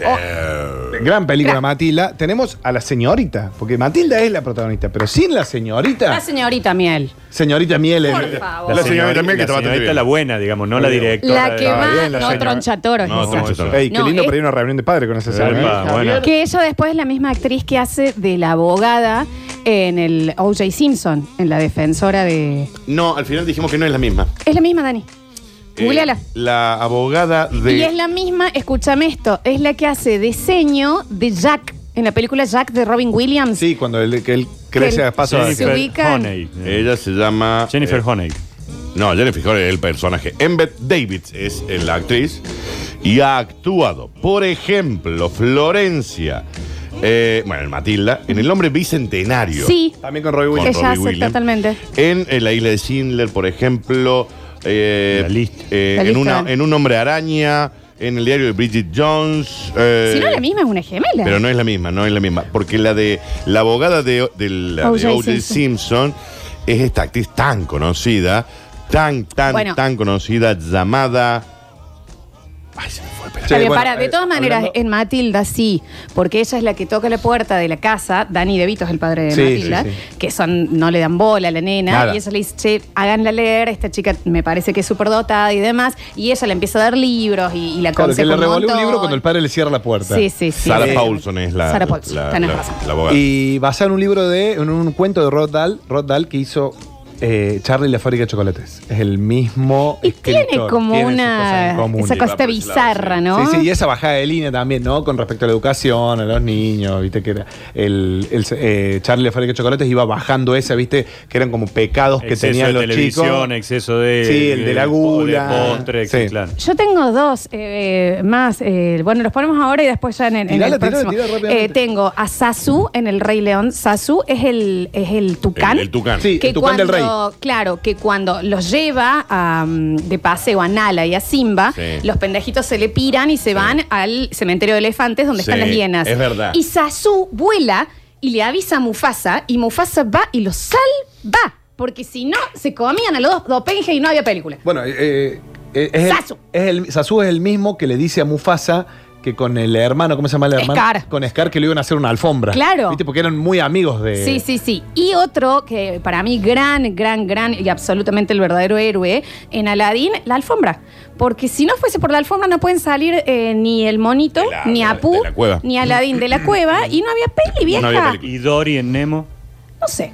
[SPEAKER 5] Oh. Gran película Matilda. Tenemos a la señorita, porque Matilda es la protagonista, pero sin la señorita.
[SPEAKER 3] La señorita Miel.
[SPEAKER 5] Señorita Miel.
[SPEAKER 3] Por
[SPEAKER 5] eh,
[SPEAKER 3] favor.
[SPEAKER 6] La señorita también que
[SPEAKER 4] la
[SPEAKER 6] estaba
[SPEAKER 4] señorita
[SPEAKER 6] bien.
[SPEAKER 4] la buena, digamos, no la directora.
[SPEAKER 3] La que
[SPEAKER 4] Ah,
[SPEAKER 3] va,
[SPEAKER 4] bien, la
[SPEAKER 3] no
[SPEAKER 4] señora.
[SPEAKER 3] tronchatoro.
[SPEAKER 6] No,
[SPEAKER 4] ¿cómo es?
[SPEAKER 6] troncha-
[SPEAKER 5] Ey, qué
[SPEAKER 3] No,
[SPEAKER 5] lindo
[SPEAKER 3] es-
[SPEAKER 5] para ir a una reunión de padre con esa señora. ¿eh?
[SPEAKER 4] Epa, bueno.
[SPEAKER 3] Que ella después es la misma actriz que hace de la abogada en el O.J. Simpson, en la defensora de.
[SPEAKER 6] No, al final dijimos que no es la misma.
[SPEAKER 3] Es la misma, Dani.
[SPEAKER 6] Eh,
[SPEAKER 3] Googleala.
[SPEAKER 6] la abogada de.
[SPEAKER 3] Y es la misma, escúchame esto, es la que hace diseño de Jack en la película Jack de Robin Williams.
[SPEAKER 5] Sí, cuando él, que él crece
[SPEAKER 3] Que-
[SPEAKER 5] a paso.
[SPEAKER 3] se
[SPEAKER 5] de-
[SPEAKER 4] Jennifer
[SPEAKER 3] ubican.
[SPEAKER 4] Honey. Eh,
[SPEAKER 6] Ella se llama. eh,
[SPEAKER 4] Jennifer Honey.
[SPEAKER 6] No, Jennifer Jorge es el personaje. Embeth Davids es eh, la actriz y ha actuado, por ejemplo, Florencia, eh, bueno, en Matilda, en El Hombre Bicentenario.
[SPEAKER 3] Sí,
[SPEAKER 5] También con Roy
[SPEAKER 6] Con
[SPEAKER 5] Williams.
[SPEAKER 3] ella
[SPEAKER 6] Robbie
[SPEAKER 3] hace
[SPEAKER 6] Williams.
[SPEAKER 3] totalmente.
[SPEAKER 6] En, eh, La Isla de Schindler, por ejemplo. eh,
[SPEAKER 4] La lista.
[SPEAKER 6] eh,
[SPEAKER 3] La
[SPEAKER 6] en,
[SPEAKER 3] lista.
[SPEAKER 6] una- en Un Hombre Araña, en el diario de Bridget Jones. eh,
[SPEAKER 3] si no la misma es una gemela.
[SPEAKER 6] pero no es la misma, no es la misma. Porque la de la abogada de, de la de
[SPEAKER 3] O.J.
[SPEAKER 6] O.J. Simpson es esta actriz tan conocida, tan, tan,
[SPEAKER 3] Bueno.
[SPEAKER 6] tan conocida, llamada. Ay, se me fue, espera.
[SPEAKER 3] Está bien,
[SPEAKER 5] bueno,
[SPEAKER 3] para, de
[SPEAKER 5] eh,
[SPEAKER 3] todas maneras,
[SPEAKER 5] hablando-
[SPEAKER 3] en Matilda sí, porque ella es la que toca la puerta de la casa, Dani DeVito es el padre de
[SPEAKER 5] Sí,
[SPEAKER 3] Matilda,
[SPEAKER 5] sí, sí.
[SPEAKER 3] que son, no le dan bola a la nena,
[SPEAKER 6] Nada.
[SPEAKER 3] y ella le dice, che, háganla leer, esta chica me parece que es súper dotada y demás, y ella le empieza a dar libros y, y la
[SPEAKER 5] Claro, que
[SPEAKER 3] aconseja
[SPEAKER 5] le
[SPEAKER 3] un
[SPEAKER 5] revolvió un
[SPEAKER 3] montón.
[SPEAKER 5] libro cuando el padre le cierra la puerta.
[SPEAKER 3] Sí, sí, sí.
[SPEAKER 6] Sarah
[SPEAKER 3] Sí.
[SPEAKER 6] Paulson es la,
[SPEAKER 3] Sarah Paulson,
[SPEAKER 6] la,
[SPEAKER 3] tenés
[SPEAKER 6] la-
[SPEAKER 3] razón.
[SPEAKER 6] la abogada.
[SPEAKER 5] Y basado en un libro de. en un cuento de Rod Dahl, Roald Dahl que hizo eh, Charlie y la fábrica de chocolates. Es el mismo.
[SPEAKER 3] Y tiene
[SPEAKER 5] escritor,
[SPEAKER 3] como
[SPEAKER 5] tiene sus cosas en
[SPEAKER 3] una.
[SPEAKER 5] común.
[SPEAKER 3] esa
[SPEAKER 6] Sí, va
[SPEAKER 3] cosa
[SPEAKER 6] por ese lado,
[SPEAKER 3] bizarra,
[SPEAKER 6] sí.
[SPEAKER 3] ¿no?
[SPEAKER 5] Sí, sí, y esa bajada de línea también, ¿no? Con respecto a la educación, a los niños, ¿viste? Que era el, el, eh, Charlie y la fábrica de chocolates iba bajando esa, ¿viste? Que eran como pecados que
[SPEAKER 4] Exceso
[SPEAKER 5] tenían
[SPEAKER 4] de
[SPEAKER 5] los
[SPEAKER 4] televisión,
[SPEAKER 5] chicos.
[SPEAKER 4] exceso de.
[SPEAKER 5] Sí, el de la
[SPEAKER 4] eh,
[SPEAKER 5] gula.
[SPEAKER 4] de postre,
[SPEAKER 5] Sí.
[SPEAKER 4] claro.
[SPEAKER 3] Yo tengo dos eh, más. eh, bueno, los ponemos ahora y después ya en, en
[SPEAKER 5] Tirala,
[SPEAKER 3] el
[SPEAKER 5] tirala,
[SPEAKER 3] próximo.
[SPEAKER 5] tirala rápidamente.
[SPEAKER 3] Eh, tengo a Sasu en El Rey León. Sasu es el, es el tucán.
[SPEAKER 6] El, el Tucán.
[SPEAKER 5] Sí,
[SPEAKER 3] que
[SPEAKER 5] el Tucán del
[SPEAKER 3] cuando,
[SPEAKER 5] Rey.
[SPEAKER 3] Claro, que cuando los lleva a, mm, de paseo a Nala y a Simba,
[SPEAKER 6] Sí.
[SPEAKER 3] los pendejitos se le piran y se van al cementerio de elefantes donde
[SPEAKER 6] Sí,
[SPEAKER 3] están las hienas.
[SPEAKER 6] es verdad.
[SPEAKER 3] Y Sasu vuela y le avisa a Mufasa y Mufasa va y los salva. Porque si no, se comían a los dos dopenjes y no había película.
[SPEAKER 5] Bueno, eh, eh, es,
[SPEAKER 3] Sasu.
[SPEAKER 5] El, es el- Sasu es el mismo que le dice a Mufasa que con el hermano, ¿cómo se llama el hermano?
[SPEAKER 3] Scar.
[SPEAKER 5] Con Scar que le iban a hacer una alfombra.
[SPEAKER 3] Claro.
[SPEAKER 5] ¿Viste? Porque eran muy amigos de.
[SPEAKER 6] Eh,
[SPEAKER 3] Sí, sí, sí. Y otro que para mí gran, gran, gran y absolutamente el verdadero héroe en Aladdin, la alfombra. Porque si no fuese por la alfombra no pueden salir eh, ni el monito,
[SPEAKER 6] De la-
[SPEAKER 3] ni
[SPEAKER 6] de la-
[SPEAKER 3] Apu,
[SPEAKER 6] de la cueva.
[SPEAKER 3] ni Aladdin de la cueva y no había peli vieja.
[SPEAKER 6] No
[SPEAKER 3] No,
[SPEAKER 6] había película.
[SPEAKER 4] Y Dory en Nemo.
[SPEAKER 3] sé.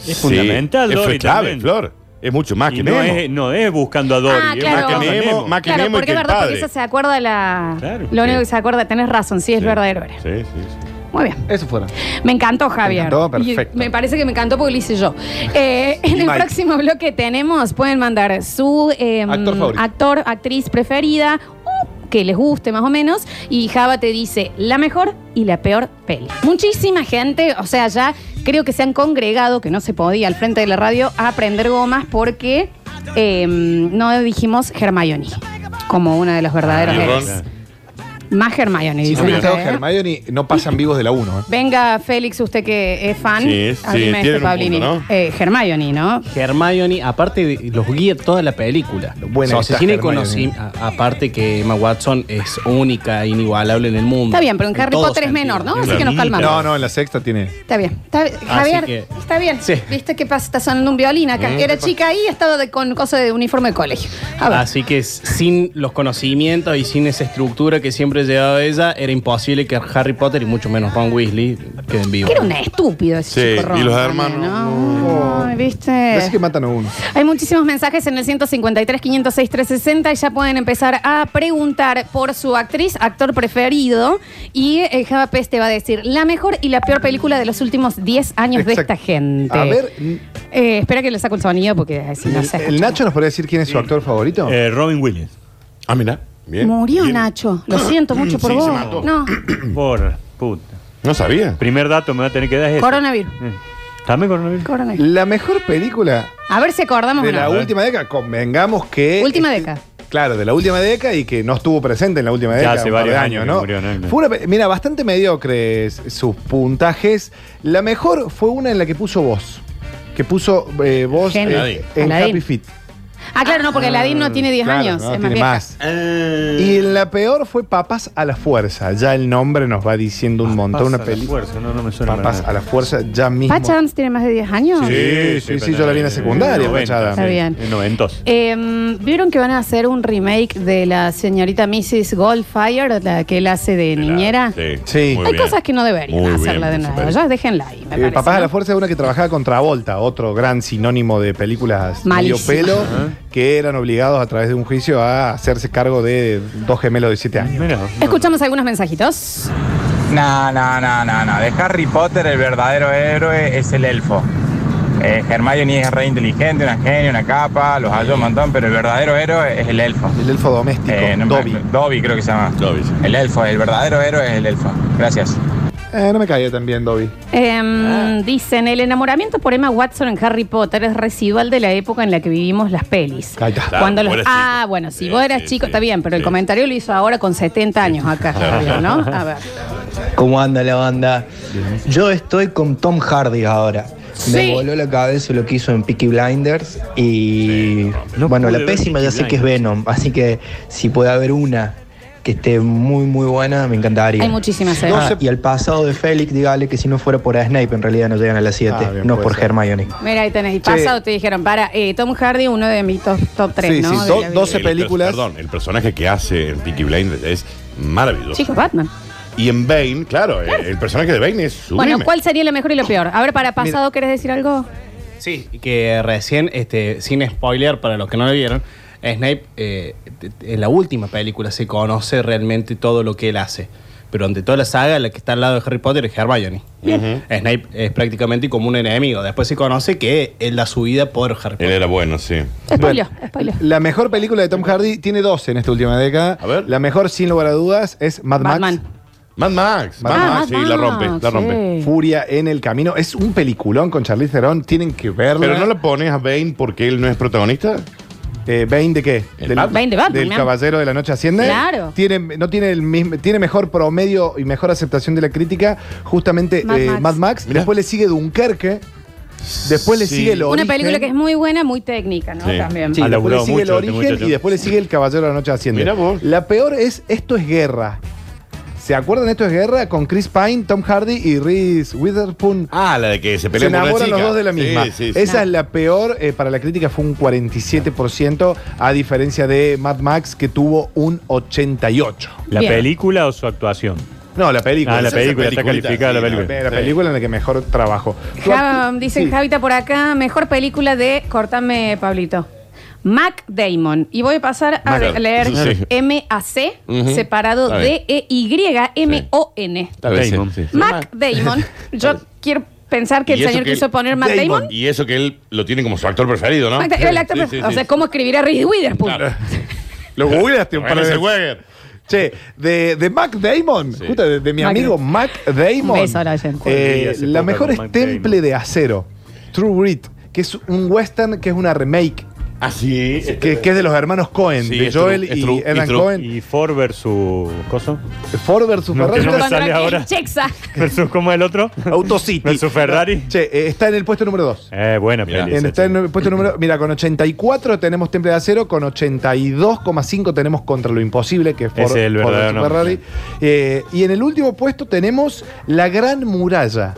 [SPEAKER 6] Sí,
[SPEAKER 4] fundamental,
[SPEAKER 6] es
[SPEAKER 4] Dory
[SPEAKER 6] fue clave,
[SPEAKER 4] también.
[SPEAKER 6] Flor. Es mucho
[SPEAKER 5] Ah,
[SPEAKER 6] más
[SPEAKER 4] Y
[SPEAKER 6] que
[SPEAKER 4] no
[SPEAKER 6] Nemo.
[SPEAKER 4] es, no es buscando a Dory.
[SPEAKER 3] Ah,
[SPEAKER 4] es
[SPEAKER 3] claro.
[SPEAKER 4] buscando
[SPEAKER 6] Más
[SPEAKER 4] a
[SPEAKER 6] que Nemo, más Ah, que
[SPEAKER 3] claro,
[SPEAKER 6] Nemo y
[SPEAKER 3] porque
[SPEAKER 6] que
[SPEAKER 3] es
[SPEAKER 6] el
[SPEAKER 3] verdad, porque
[SPEAKER 6] padre.
[SPEAKER 3] esa se acuerda de la.
[SPEAKER 4] Claro.
[SPEAKER 3] lo
[SPEAKER 6] Sí.
[SPEAKER 3] único que se acuerda, tenés razón, sí es
[SPEAKER 6] Sí.
[SPEAKER 3] verdadero héroe.
[SPEAKER 6] Sí, sí, sí.
[SPEAKER 3] Muy bien.
[SPEAKER 5] Eso fuera.
[SPEAKER 3] Me encantó, Javier.
[SPEAKER 5] encantó, perfecto.
[SPEAKER 3] Y me parece que me encantó porque lo hice yo. Eh, en el
[SPEAKER 5] Mike.
[SPEAKER 3] próximo bloque tenemos, pueden mandar su eh,
[SPEAKER 5] Actor favorito.
[SPEAKER 3] actor, actriz preferida, o que les guste más o menos, y Java te dice la mejor y la peor peli. Muchísima gente, o sea, ya creo que se han congregado, que no se podía, al frente de la radio, a aprender gomas porque eh, no dijimos Hermione como una de los verdaderos
[SPEAKER 6] Y Ron.
[SPEAKER 3] héroes. Más Hermione,
[SPEAKER 5] Si
[SPEAKER 3] dicen
[SPEAKER 5] no Ah, hubiera estado
[SPEAKER 3] ustedes.
[SPEAKER 5] Hermione, no pasan vivos de la ¿eh? 1.
[SPEAKER 3] Venga, Félix, usted que es fan.
[SPEAKER 6] Sí, sí,
[SPEAKER 3] Ayúdeme a
[SPEAKER 6] tiene
[SPEAKER 3] este
[SPEAKER 6] un
[SPEAKER 3] Pablini.
[SPEAKER 6] punto, ¿no?
[SPEAKER 3] Eh, Hermione, ¿no?
[SPEAKER 7] Hermione, aparte de- los guía toda la película.
[SPEAKER 5] Buena
[SPEAKER 7] o sea,
[SPEAKER 5] está
[SPEAKER 7] tiene
[SPEAKER 5] Hermione.
[SPEAKER 7] conocimiento. a- Aparte que Emma Watson es única, inigualable en el mundo.
[SPEAKER 3] Está bien, pero en Harry
[SPEAKER 7] todo
[SPEAKER 3] Potter es menor, ¿no? Eh. Así
[SPEAKER 6] Claro.
[SPEAKER 3] que nos calmamos.
[SPEAKER 5] No, no, en la sexta tiene.
[SPEAKER 3] Está bien. Está, Javier,
[SPEAKER 7] que-
[SPEAKER 3] está bien.
[SPEAKER 7] Sí.
[SPEAKER 3] ¿Viste qué pasa? Está sonando un violín acá.
[SPEAKER 6] Mm.
[SPEAKER 3] Era chica ahí y estaba de- con cosa de uniforme de colegio. A ver.
[SPEAKER 7] Así que s- sin los conocimientos y sin esa estructura que siempre llevaba ella, era imposible que Harry Potter y mucho menos Ron Weasley queden vivos.
[SPEAKER 3] Que era un estúpido ese
[SPEAKER 6] Sí,
[SPEAKER 3] chico
[SPEAKER 6] y los
[SPEAKER 3] Ron,
[SPEAKER 6] hermanos,
[SPEAKER 3] ¿no? Ay,
[SPEAKER 5] Parece que
[SPEAKER 3] ¿Viste?
[SPEAKER 5] matan a uno.
[SPEAKER 3] Hay muchísimos mensajes en el 153, 506, 360 y ya pueden empezar a preguntar por su actriz, actor preferido. Y el Java Pes te va a decir la mejor y la peor película de los últimos 10 años de
[SPEAKER 5] Exacto.
[SPEAKER 3] esta gente.
[SPEAKER 5] A ver,
[SPEAKER 3] Eh, espera que le saco el sonido porque así no sé.
[SPEAKER 5] ¿el Nacho nos podría decir quién es su actor favorito?
[SPEAKER 4] Eh, Robin Williams.
[SPEAKER 6] Ah, mira.
[SPEAKER 5] ¿eh?
[SPEAKER 6] Bien.
[SPEAKER 3] Murió
[SPEAKER 6] Bien.
[SPEAKER 3] Nacho. Lo siento
[SPEAKER 5] Mm,
[SPEAKER 3] mucho por
[SPEAKER 6] Sí, se
[SPEAKER 3] vos.
[SPEAKER 6] mató.
[SPEAKER 3] No,
[SPEAKER 4] Por puta.
[SPEAKER 6] No sabía.
[SPEAKER 4] Primer dato me va a tener que dar es ese.
[SPEAKER 3] coronavirus.
[SPEAKER 4] Eh, También coronavirus.
[SPEAKER 3] Coronavirus.
[SPEAKER 5] La mejor película
[SPEAKER 3] A ver si acordamos o
[SPEAKER 5] de la
[SPEAKER 3] no.
[SPEAKER 5] última década, convengamos que.
[SPEAKER 3] Última
[SPEAKER 5] este,
[SPEAKER 3] década.
[SPEAKER 5] Claro, de la última década y que no estuvo presente en la última
[SPEAKER 4] Ya
[SPEAKER 5] década.
[SPEAKER 4] hace
[SPEAKER 5] un par de
[SPEAKER 4] varios años que murió, ¿no?
[SPEAKER 5] Fue una pe- mira, bastante mediocres sus puntajes. La mejor fue una en la que puso voz. Que puso eh, voz
[SPEAKER 3] Henry.
[SPEAKER 5] eh,
[SPEAKER 3] Aladdin.
[SPEAKER 5] en
[SPEAKER 3] Aladdin.
[SPEAKER 5] Happy Feet.
[SPEAKER 3] Ah, claro, no, porque Aladdin no tiene 10
[SPEAKER 5] Claro,
[SPEAKER 3] años.
[SPEAKER 5] no,
[SPEAKER 3] es más
[SPEAKER 5] tiene
[SPEAKER 3] vieja.
[SPEAKER 5] más.
[SPEAKER 4] Eh.
[SPEAKER 5] Y la peor fue Papas a la Fuerza. Ya el nombre nos va diciendo un montón. Una
[SPEAKER 4] Pasa la
[SPEAKER 5] película.
[SPEAKER 4] fuerza, no, no me suena
[SPEAKER 5] Papas
[SPEAKER 4] para
[SPEAKER 5] a la Fuerza ya mismo.
[SPEAKER 3] ¿Patch Adams tiene más de 10 años?
[SPEAKER 4] nada.
[SPEAKER 5] Sí, sí, sí, yo la vi en la secundaria, Pachada.
[SPEAKER 3] Está bien.
[SPEAKER 4] En 92.
[SPEAKER 3] Eh, ¿Vieron que van a hacer un remake de la señorita Mrs. Goldfire, la que él hace de, niñera?
[SPEAKER 6] Sí.
[SPEAKER 5] Sí.
[SPEAKER 6] muy
[SPEAKER 3] Hay
[SPEAKER 6] bien.
[SPEAKER 3] cosas que no deberían
[SPEAKER 6] Muy
[SPEAKER 3] hacerla
[SPEAKER 6] bien,
[SPEAKER 3] de nuevo.
[SPEAKER 6] super.
[SPEAKER 3] Ya déjenla ahí. Me
[SPEAKER 5] Eh,
[SPEAKER 3] parece,
[SPEAKER 5] Papás a
[SPEAKER 3] ¿no?
[SPEAKER 5] la Fuerza es una que trabajaba contra Volta, otro gran sinónimo de películas medio
[SPEAKER 3] Malísima.
[SPEAKER 5] pelo, que eran obligados a través de un juicio a hacerse cargo de dos gemelos de 7 años.
[SPEAKER 4] Mira,
[SPEAKER 3] Escuchamos algunos mensajitos.
[SPEAKER 8] No, no, no, no, no. De Harry Potter el verdadero héroe es el elfo. Eh, Hermione es re inteligente, una genia, una capa, los halló un montón, pero el verdadero héroe es el elfo.
[SPEAKER 5] El elfo doméstico,
[SPEAKER 8] Eh, no me-
[SPEAKER 5] Dobby.
[SPEAKER 8] Dobby creo que se llama.
[SPEAKER 6] Dobby, sí.
[SPEAKER 8] El elfo, el verdadero héroe es el elfo. Gracias.
[SPEAKER 5] Eh, no me caía tan bien Dobby.
[SPEAKER 3] Eh,
[SPEAKER 5] Ah.
[SPEAKER 3] Dicen, el enamoramiento por Emma Watson en Harry Potter es residual de la época en la que vivimos las pelis.
[SPEAKER 5] Ahí está.
[SPEAKER 6] Claro,
[SPEAKER 3] Cuando
[SPEAKER 6] vos
[SPEAKER 3] los-
[SPEAKER 6] eras chico.
[SPEAKER 3] ah, bueno, si
[SPEAKER 6] Sí,
[SPEAKER 3] vos eras
[SPEAKER 6] sí,
[SPEAKER 3] chico,
[SPEAKER 6] sí.
[SPEAKER 3] está bien, pero el
[SPEAKER 6] Sí.
[SPEAKER 3] comentario lo hizo ahora con 70 años acá, Javier, ¿no? A ver.
[SPEAKER 9] ¿Cómo anda la banda? Yo estoy con Tom Hardy ahora. Me
[SPEAKER 3] Sí.
[SPEAKER 9] voló la cabeza lo que hizo en Peaky Blinders y
[SPEAKER 4] No
[SPEAKER 9] bueno,
[SPEAKER 4] pude
[SPEAKER 9] la
[SPEAKER 4] ver
[SPEAKER 9] pésima
[SPEAKER 4] Peaky
[SPEAKER 9] ya sé que es
[SPEAKER 4] Blinders.
[SPEAKER 9] Venom, así que si puede haber una que esté muy muy buena, me encantaría.
[SPEAKER 3] Hay muchísimas eh. series.
[SPEAKER 9] Ah, y al pasado de Félix, dígale que si no fuera por Snape en realidad no llegan a las 7,
[SPEAKER 5] Ah, bien,
[SPEAKER 9] no
[SPEAKER 5] puede
[SPEAKER 9] por
[SPEAKER 5] ser.
[SPEAKER 9] Hermione.
[SPEAKER 3] Mira, ahí tenés. Y
[SPEAKER 5] Che.
[SPEAKER 3] pasado te dijeron, para, eh, Tom Hardy, uno de mis top, top 3,
[SPEAKER 5] Sí,
[SPEAKER 3] ¿no?
[SPEAKER 5] sí,
[SPEAKER 3] De
[SPEAKER 5] do-
[SPEAKER 3] la vida.
[SPEAKER 5] 12
[SPEAKER 6] El per-
[SPEAKER 5] películas.
[SPEAKER 6] Perdón, el personaje que hace en Peaky Blinders es maravilloso.
[SPEAKER 3] Chicos, Batman.
[SPEAKER 6] Y en Bane, claro, el, el personaje de Bane es sublime.
[SPEAKER 3] Bueno, ¿cuál sería la mejor y la peor? A ver, para pasado, ¿querés decir algo?
[SPEAKER 7] Sí, y que recién, este, sin spoiler para los que no lo vieron, Snape eh, t- t- en la última película se conoce realmente todo lo que él hace. Pero ante toda la saga, la que está al lado de Harry Potter es Hermione. Snape es prácticamente como un enemigo. Después se conoce que él da su vida por Harry
[SPEAKER 6] Él
[SPEAKER 7] Potter.
[SPEAKER 6] era bueno, sí.
[SPEAKER 3] Spoiler,
[SPEAKER 5] Bueno,
[SPEAKER 3] spoiler.
[SPEAKER 5] La mejor película de Tom Hardy tiene 12 en esta última década.
[SPEAKER 6] A ver.
[SPEAKER 5] La mejor, sin lugar a dudas, es Mad
[SPEAKER 3] Batman.
[SPEAKER 6] Mad Max. Mad
[SPEAKER 3] Ah,
[SPEAKER 6] Max,
[SPEAKER 3] Mad
[SPEAKER 6] sí, la rompe,
[SPEAKER 3] Max,
[SPEAKER 6] la rompe.
[SPEAKER 3] sí.
[SPEAKER 5] Max. Furia en el camino. Es un peliculón con Charlize Theron. Tienen que verla.
[SPEAKER 6] Pero no le pones a Bane porque él no es protagonista.
[SPEAKER 5] Eh, ¿Bane de qué?
[SPEAKER 6] El Batman.
[SPEAKER 3] Bane de Batman,
[SPEAKER 5] Del
[SPEAKER 3] mi amor.
[SPEAKER 5] Caballero de la Noche Asciende.
[SPEAKER 3] Claro.
[SPEAKER 5] Tiene, no tiene, el mismo, tiene mejor promedio y mejor aceptación de la crítica, justamente eh,
[SPEAKER 3] Mad
[SPEAKER 5] Mad
[SPEAKER 3] Max.
[SPEAKER 5] Max.
[SPEAKER 6] Mirá.
[SPEAKER 5] Después le sigue Dunkerque. Después le
[SPEAKER 6] Sí.
[SPEAKER 5] sigue el
[SPEAKER 3] Una
[SPEAKER 5] origen.
[SPEAKER 3] película que es muy buena, muy técnica, ¿no?
[SPEAKER 6] Sí.
[SPEAKER 3] También.
[SPEAKER 5] Sí,
[SPEAKER 4] Ah,
[SPEAKER 5] después le
[SPEAKER 4] laburó
[SPEAKER 5] sigue el
[SPEAKER 4] mucho este
[SPEAKER 5] origen
[SPEAKER 4] muchacho.
[SPEAKER 5] y después le sigue el Caballero de la Noche Asciende.
[SPEAKER 6] Mirá vos.
[SPEAKER 5] La peor es Esto es Guerra. ¿Se acuerdan Esto es Guerra? Con Chris Pine, Tom Hardy y Reese Witherspoon.
[SPEAKER 6] Ah, la de que se
[SPEAKER 5] Se
[SPEAKER 6] pelean con una
[SPEAKER 5] enamoran los
[SPEAKER 6] chica.
[SPEAKER 5] dos de la
[SPEAKER 6] Sí,
[SPEAKER 5] misma.
[SPEAKER 6] sí, sí.
[SPEAKER 5] Esa es la peor, eh, para la crítica fue un 47%, a diferencia de Mad Max que tuvo un 88%.
[SPEAKER 4] ¿La
[SPEAKER 3] Bien.
[SPEAKER 4] película o su actuación?
[SPEAKER 5] No, la película.
[SPEAKER 4] Ah, la
[SPEAKER 5] Esa
[SPEAKER 4] película,
[SPEAKER 6] esa
[SPEAKER 4] está
[SPEAKER 6] peliculita,
[SPEAKER 4] calificada la
[SPEAKER 6] sí, la
[SPEAKER 4] película.
[SPEAKER 5] es la película en la que mejor trabajo.
[SPEAKER 3] Jav- dicen
[SPEAKER 5] Sí.
[SPEAKER 3] Javita por acá, mejor película de Cortame, Pablito. Mac Damon. Y voy a pasar a
[SPEAKER 6] Mac-
[SPEAKER 3] leer
[SPEAKER 6] sí.
[SPEAKER 3] M-A-C,
[SPEAKER 6] Ujú.
[SPEAKER 3] separado
[SPEAKER 6] Está bien.
[SPEAKER 3] de E E-Y-M-O-N.
[SPEAKER 6] Tal vez
[SPEAKER 4] Damon.
[SPEAKER 6] sí, sí.
[SPEAKER 3] Mac Damon. Yo quiero pensar que
[SPEAKER 6] Y
[SPEAKER 3] el
[SPEAKER 6] eso
[SPEAKER 3] señor
[SPEAKER 6] que él-
[SPEAKER 3] quiso poner Mac Damon.
[SPEAKER 6] Y eso que él lo tiene como su actor preferido, ¿no?
[SPEAKER 3] Mac Da- era el actor
[SPEAKER 6] Sí,
[SPEAKER 3] pref-
[SPEAKER 6] sí,
[SPEAKER 3] o
[SPEAKER 6] sí,
[SPEAKER 3] sea,
[SPEAKER 6] sí.
[SPEAKER 3] ¿cómo escribir a Reese Witherspoon?
[SPEAKER 6] Claro.
[SPEAKER 5] Lo googleaste Este, un par de
[SPEAKER 6] René
[SPEAKER 5] veces.
[SPEAKER 6] Zellweger.
[SPEAKER 5] Che, de, de Mac Damon,
[SPEAKER 6] Sí.
[SPEAKER 5] puta, de, de mi
[SPEAKER 3] Mac
[SPEAKER 5] amigo Mac Damon.
[SPEAKER 3] Un beso a la gente.
[SPEAKER 5] eh,
[SPEAKER 4] Juan Díaz se
[SPEAKER 5] la
[SPEAKER 4] ponga
[SPEAKER 5] mejor
[SPEAKER 4] con
[SPEAKER 5] es
[SPEAKER 4] Mac
[SPEAKER 5] Temple
[SPEAKER 4] Damon.
[SPEAKER 5] de Acero, True Grit, que es un western que es una remake,
[SPEAKER 6] Ah, sí. este-
[SPEAKER 5] que, que es de los hermanos Cohen,
[SPEAKER 6] Sí,
[SPEAKER 5] de
[SPEAKER 6] es true,
[SPEAKER 5] Joel
[SPEAKER 6] es
[SPEAKER 5] y
[SPEAKER 6] true,
[SPEAKER 5] Edan
[SPEAKER 6] es true.
[SPEAKER 5] Cohen.
[SPEAKER 4] Y Ford versus. ¿Coso?
[SPEAKER 5] Ford versus
[SPEAKER 4] No,
[SPEAKER 5] Ferrari.
[SPEAKER 4] que no me
[SPEAKER 3] Contra
[SPEAKER 4] sale
[SPEAKER 3] que
[SPEAKER 4] ahora.
[SPEAKER 3] Chexa.
[SPEAKER 4] ¿Versus cómo el otro?
[SPEAKER 5] Autocity.
[SPEAKER 4] ¿Versus Ferrari?
[SPEAKER 5] Che, eh, está en el puesto número 2.
[SPEAKER 4] Eh, buena
[SPEAKER 6] Mirá.
[SPEAKER 4] peli. esa,
[SPEAKER 5] está en
[SPEAKER 4] che.
[SPEAKER 5] el puesto número. Mira, con 84 tenemos Temple de Acero, con 82,5 tenemos Contra lo Imposible, que es Ford,
[SPEAKER 4] Ese es el
[SPEAKER 5] Ford
[SPEAKER 4] verdadero
[SPEAKER 5] versus
[SPEAKER 4] nombre.
[SPEAKER 5] Ferrari. Eh, y en el último puesto tenemos La Gran Muralla.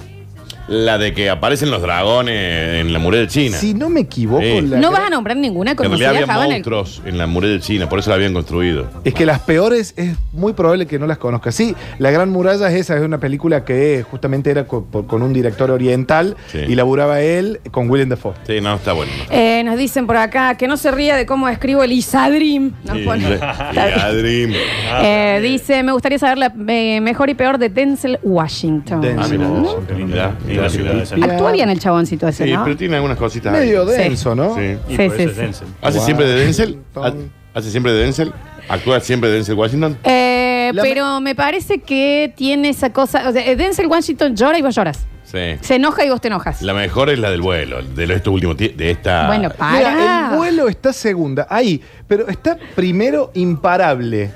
[SPEAKER 6] La de que aparecen los dragones en la muralla china.
[SPEAKER 5] Si no me equivoco,
[SPEAKER 6] Sí.
[SPEAKER 5] la
[SPEAKER 3] No
[SPEAKER 5] gran-
[SPEAKER 3] vas a nombrar ninguna
[SPEAKER 6] en
[SPEAKER 3] conocida
[SPEAKER 6] realidad había
[SPEAKER 3] Java, en el-
[SPEAKER 6] monstruos en la muralla china, por eso la habían construido.
[SPEAKER 5] Es que las peores es muy probable que no las conozca. Sí, La Gran Muralla es esa, es una película que justamente era co- por- con, un director oriental
[SPEAKER 6] Sí.
[SPEAKER 5] y laburaba él con Willem Dafoe.
[SPEAKER 6] Sí, no, está bueno. no está
[SPEAKER 3] Eh, nos dicen por acá que no se ría de cómo escribo el Isadrim. Nos
[SPEAKER 6] bueno.
[SPEAKER 3] pone-
[SPEAKER 6] Y-
[SPEAKER 3] Está
[SPEAKER 6] y
[SPEAKER 3] bien.
[SPEAKER 6] Adrim.
[SPEAKER 3] Eh, dice, me gustaría saber la eh, mejor y peor de Denzel Washington.
[SPEAKER 5] Denzel.
[SPEAKER 6] Ah, mira,
[SPEAKER 5] ¿No?
[SPEAKER 6] qué linda, linda ciudad esa.
[SPEAKER 5] Bien.
[SPEAKER 3] Actúa bien el chaboncito ese,
[SPEAKER 6] Sí,
[SPEAKER 3] ¿no?
[SPEAKER 6] pero tiene algunas cositas. ahí.
[SPEAKER 5] Medio
[SPEAKER 3] Sí.
[SPEAKER 5] denso, ¿no?
[SPEAKER 6] Sí.
[SPEAKER 4] Y
[SPEAKER 3] Sí,
[SPEAKER 4] por
[SPEAKER 3] sí,
[SPEAKER 4] eso es
[SPEAKER 3] sí.
[SPEAKER 4] Denzel.
[SPEAKER 6] ¿Hace
[SPEAKER 5] Wow.
[SPEAKER 6] siempre de Denzel?
[SPEAKER 5] Tom.
[SPEAKER 6] Ha- ¿Hace siempre de Denzel? ¿Actúa siempre de Denzel Washington?
[SPEAKER 3] Eh,
[SPEAKER 5] La
[SPEAKER 3] pero me parece que tiene esa cosa. o sea, eh, Denzel Washington llora y vos lloras.
[SPEAKER 6] Sí.
[SPEAKER 3] Se enoja y vos te enojas.
[SPEAKER 6] La mejor es la del vuelo, de lo- estos últimos tie- de esta.
[SPEAKER 3] Bueno,
[SPEAKER 5] Mira,
[SPEAKER 3] para.
[SPEAKER 5] el vuelo está segunda, ahí, pero está primero imparable.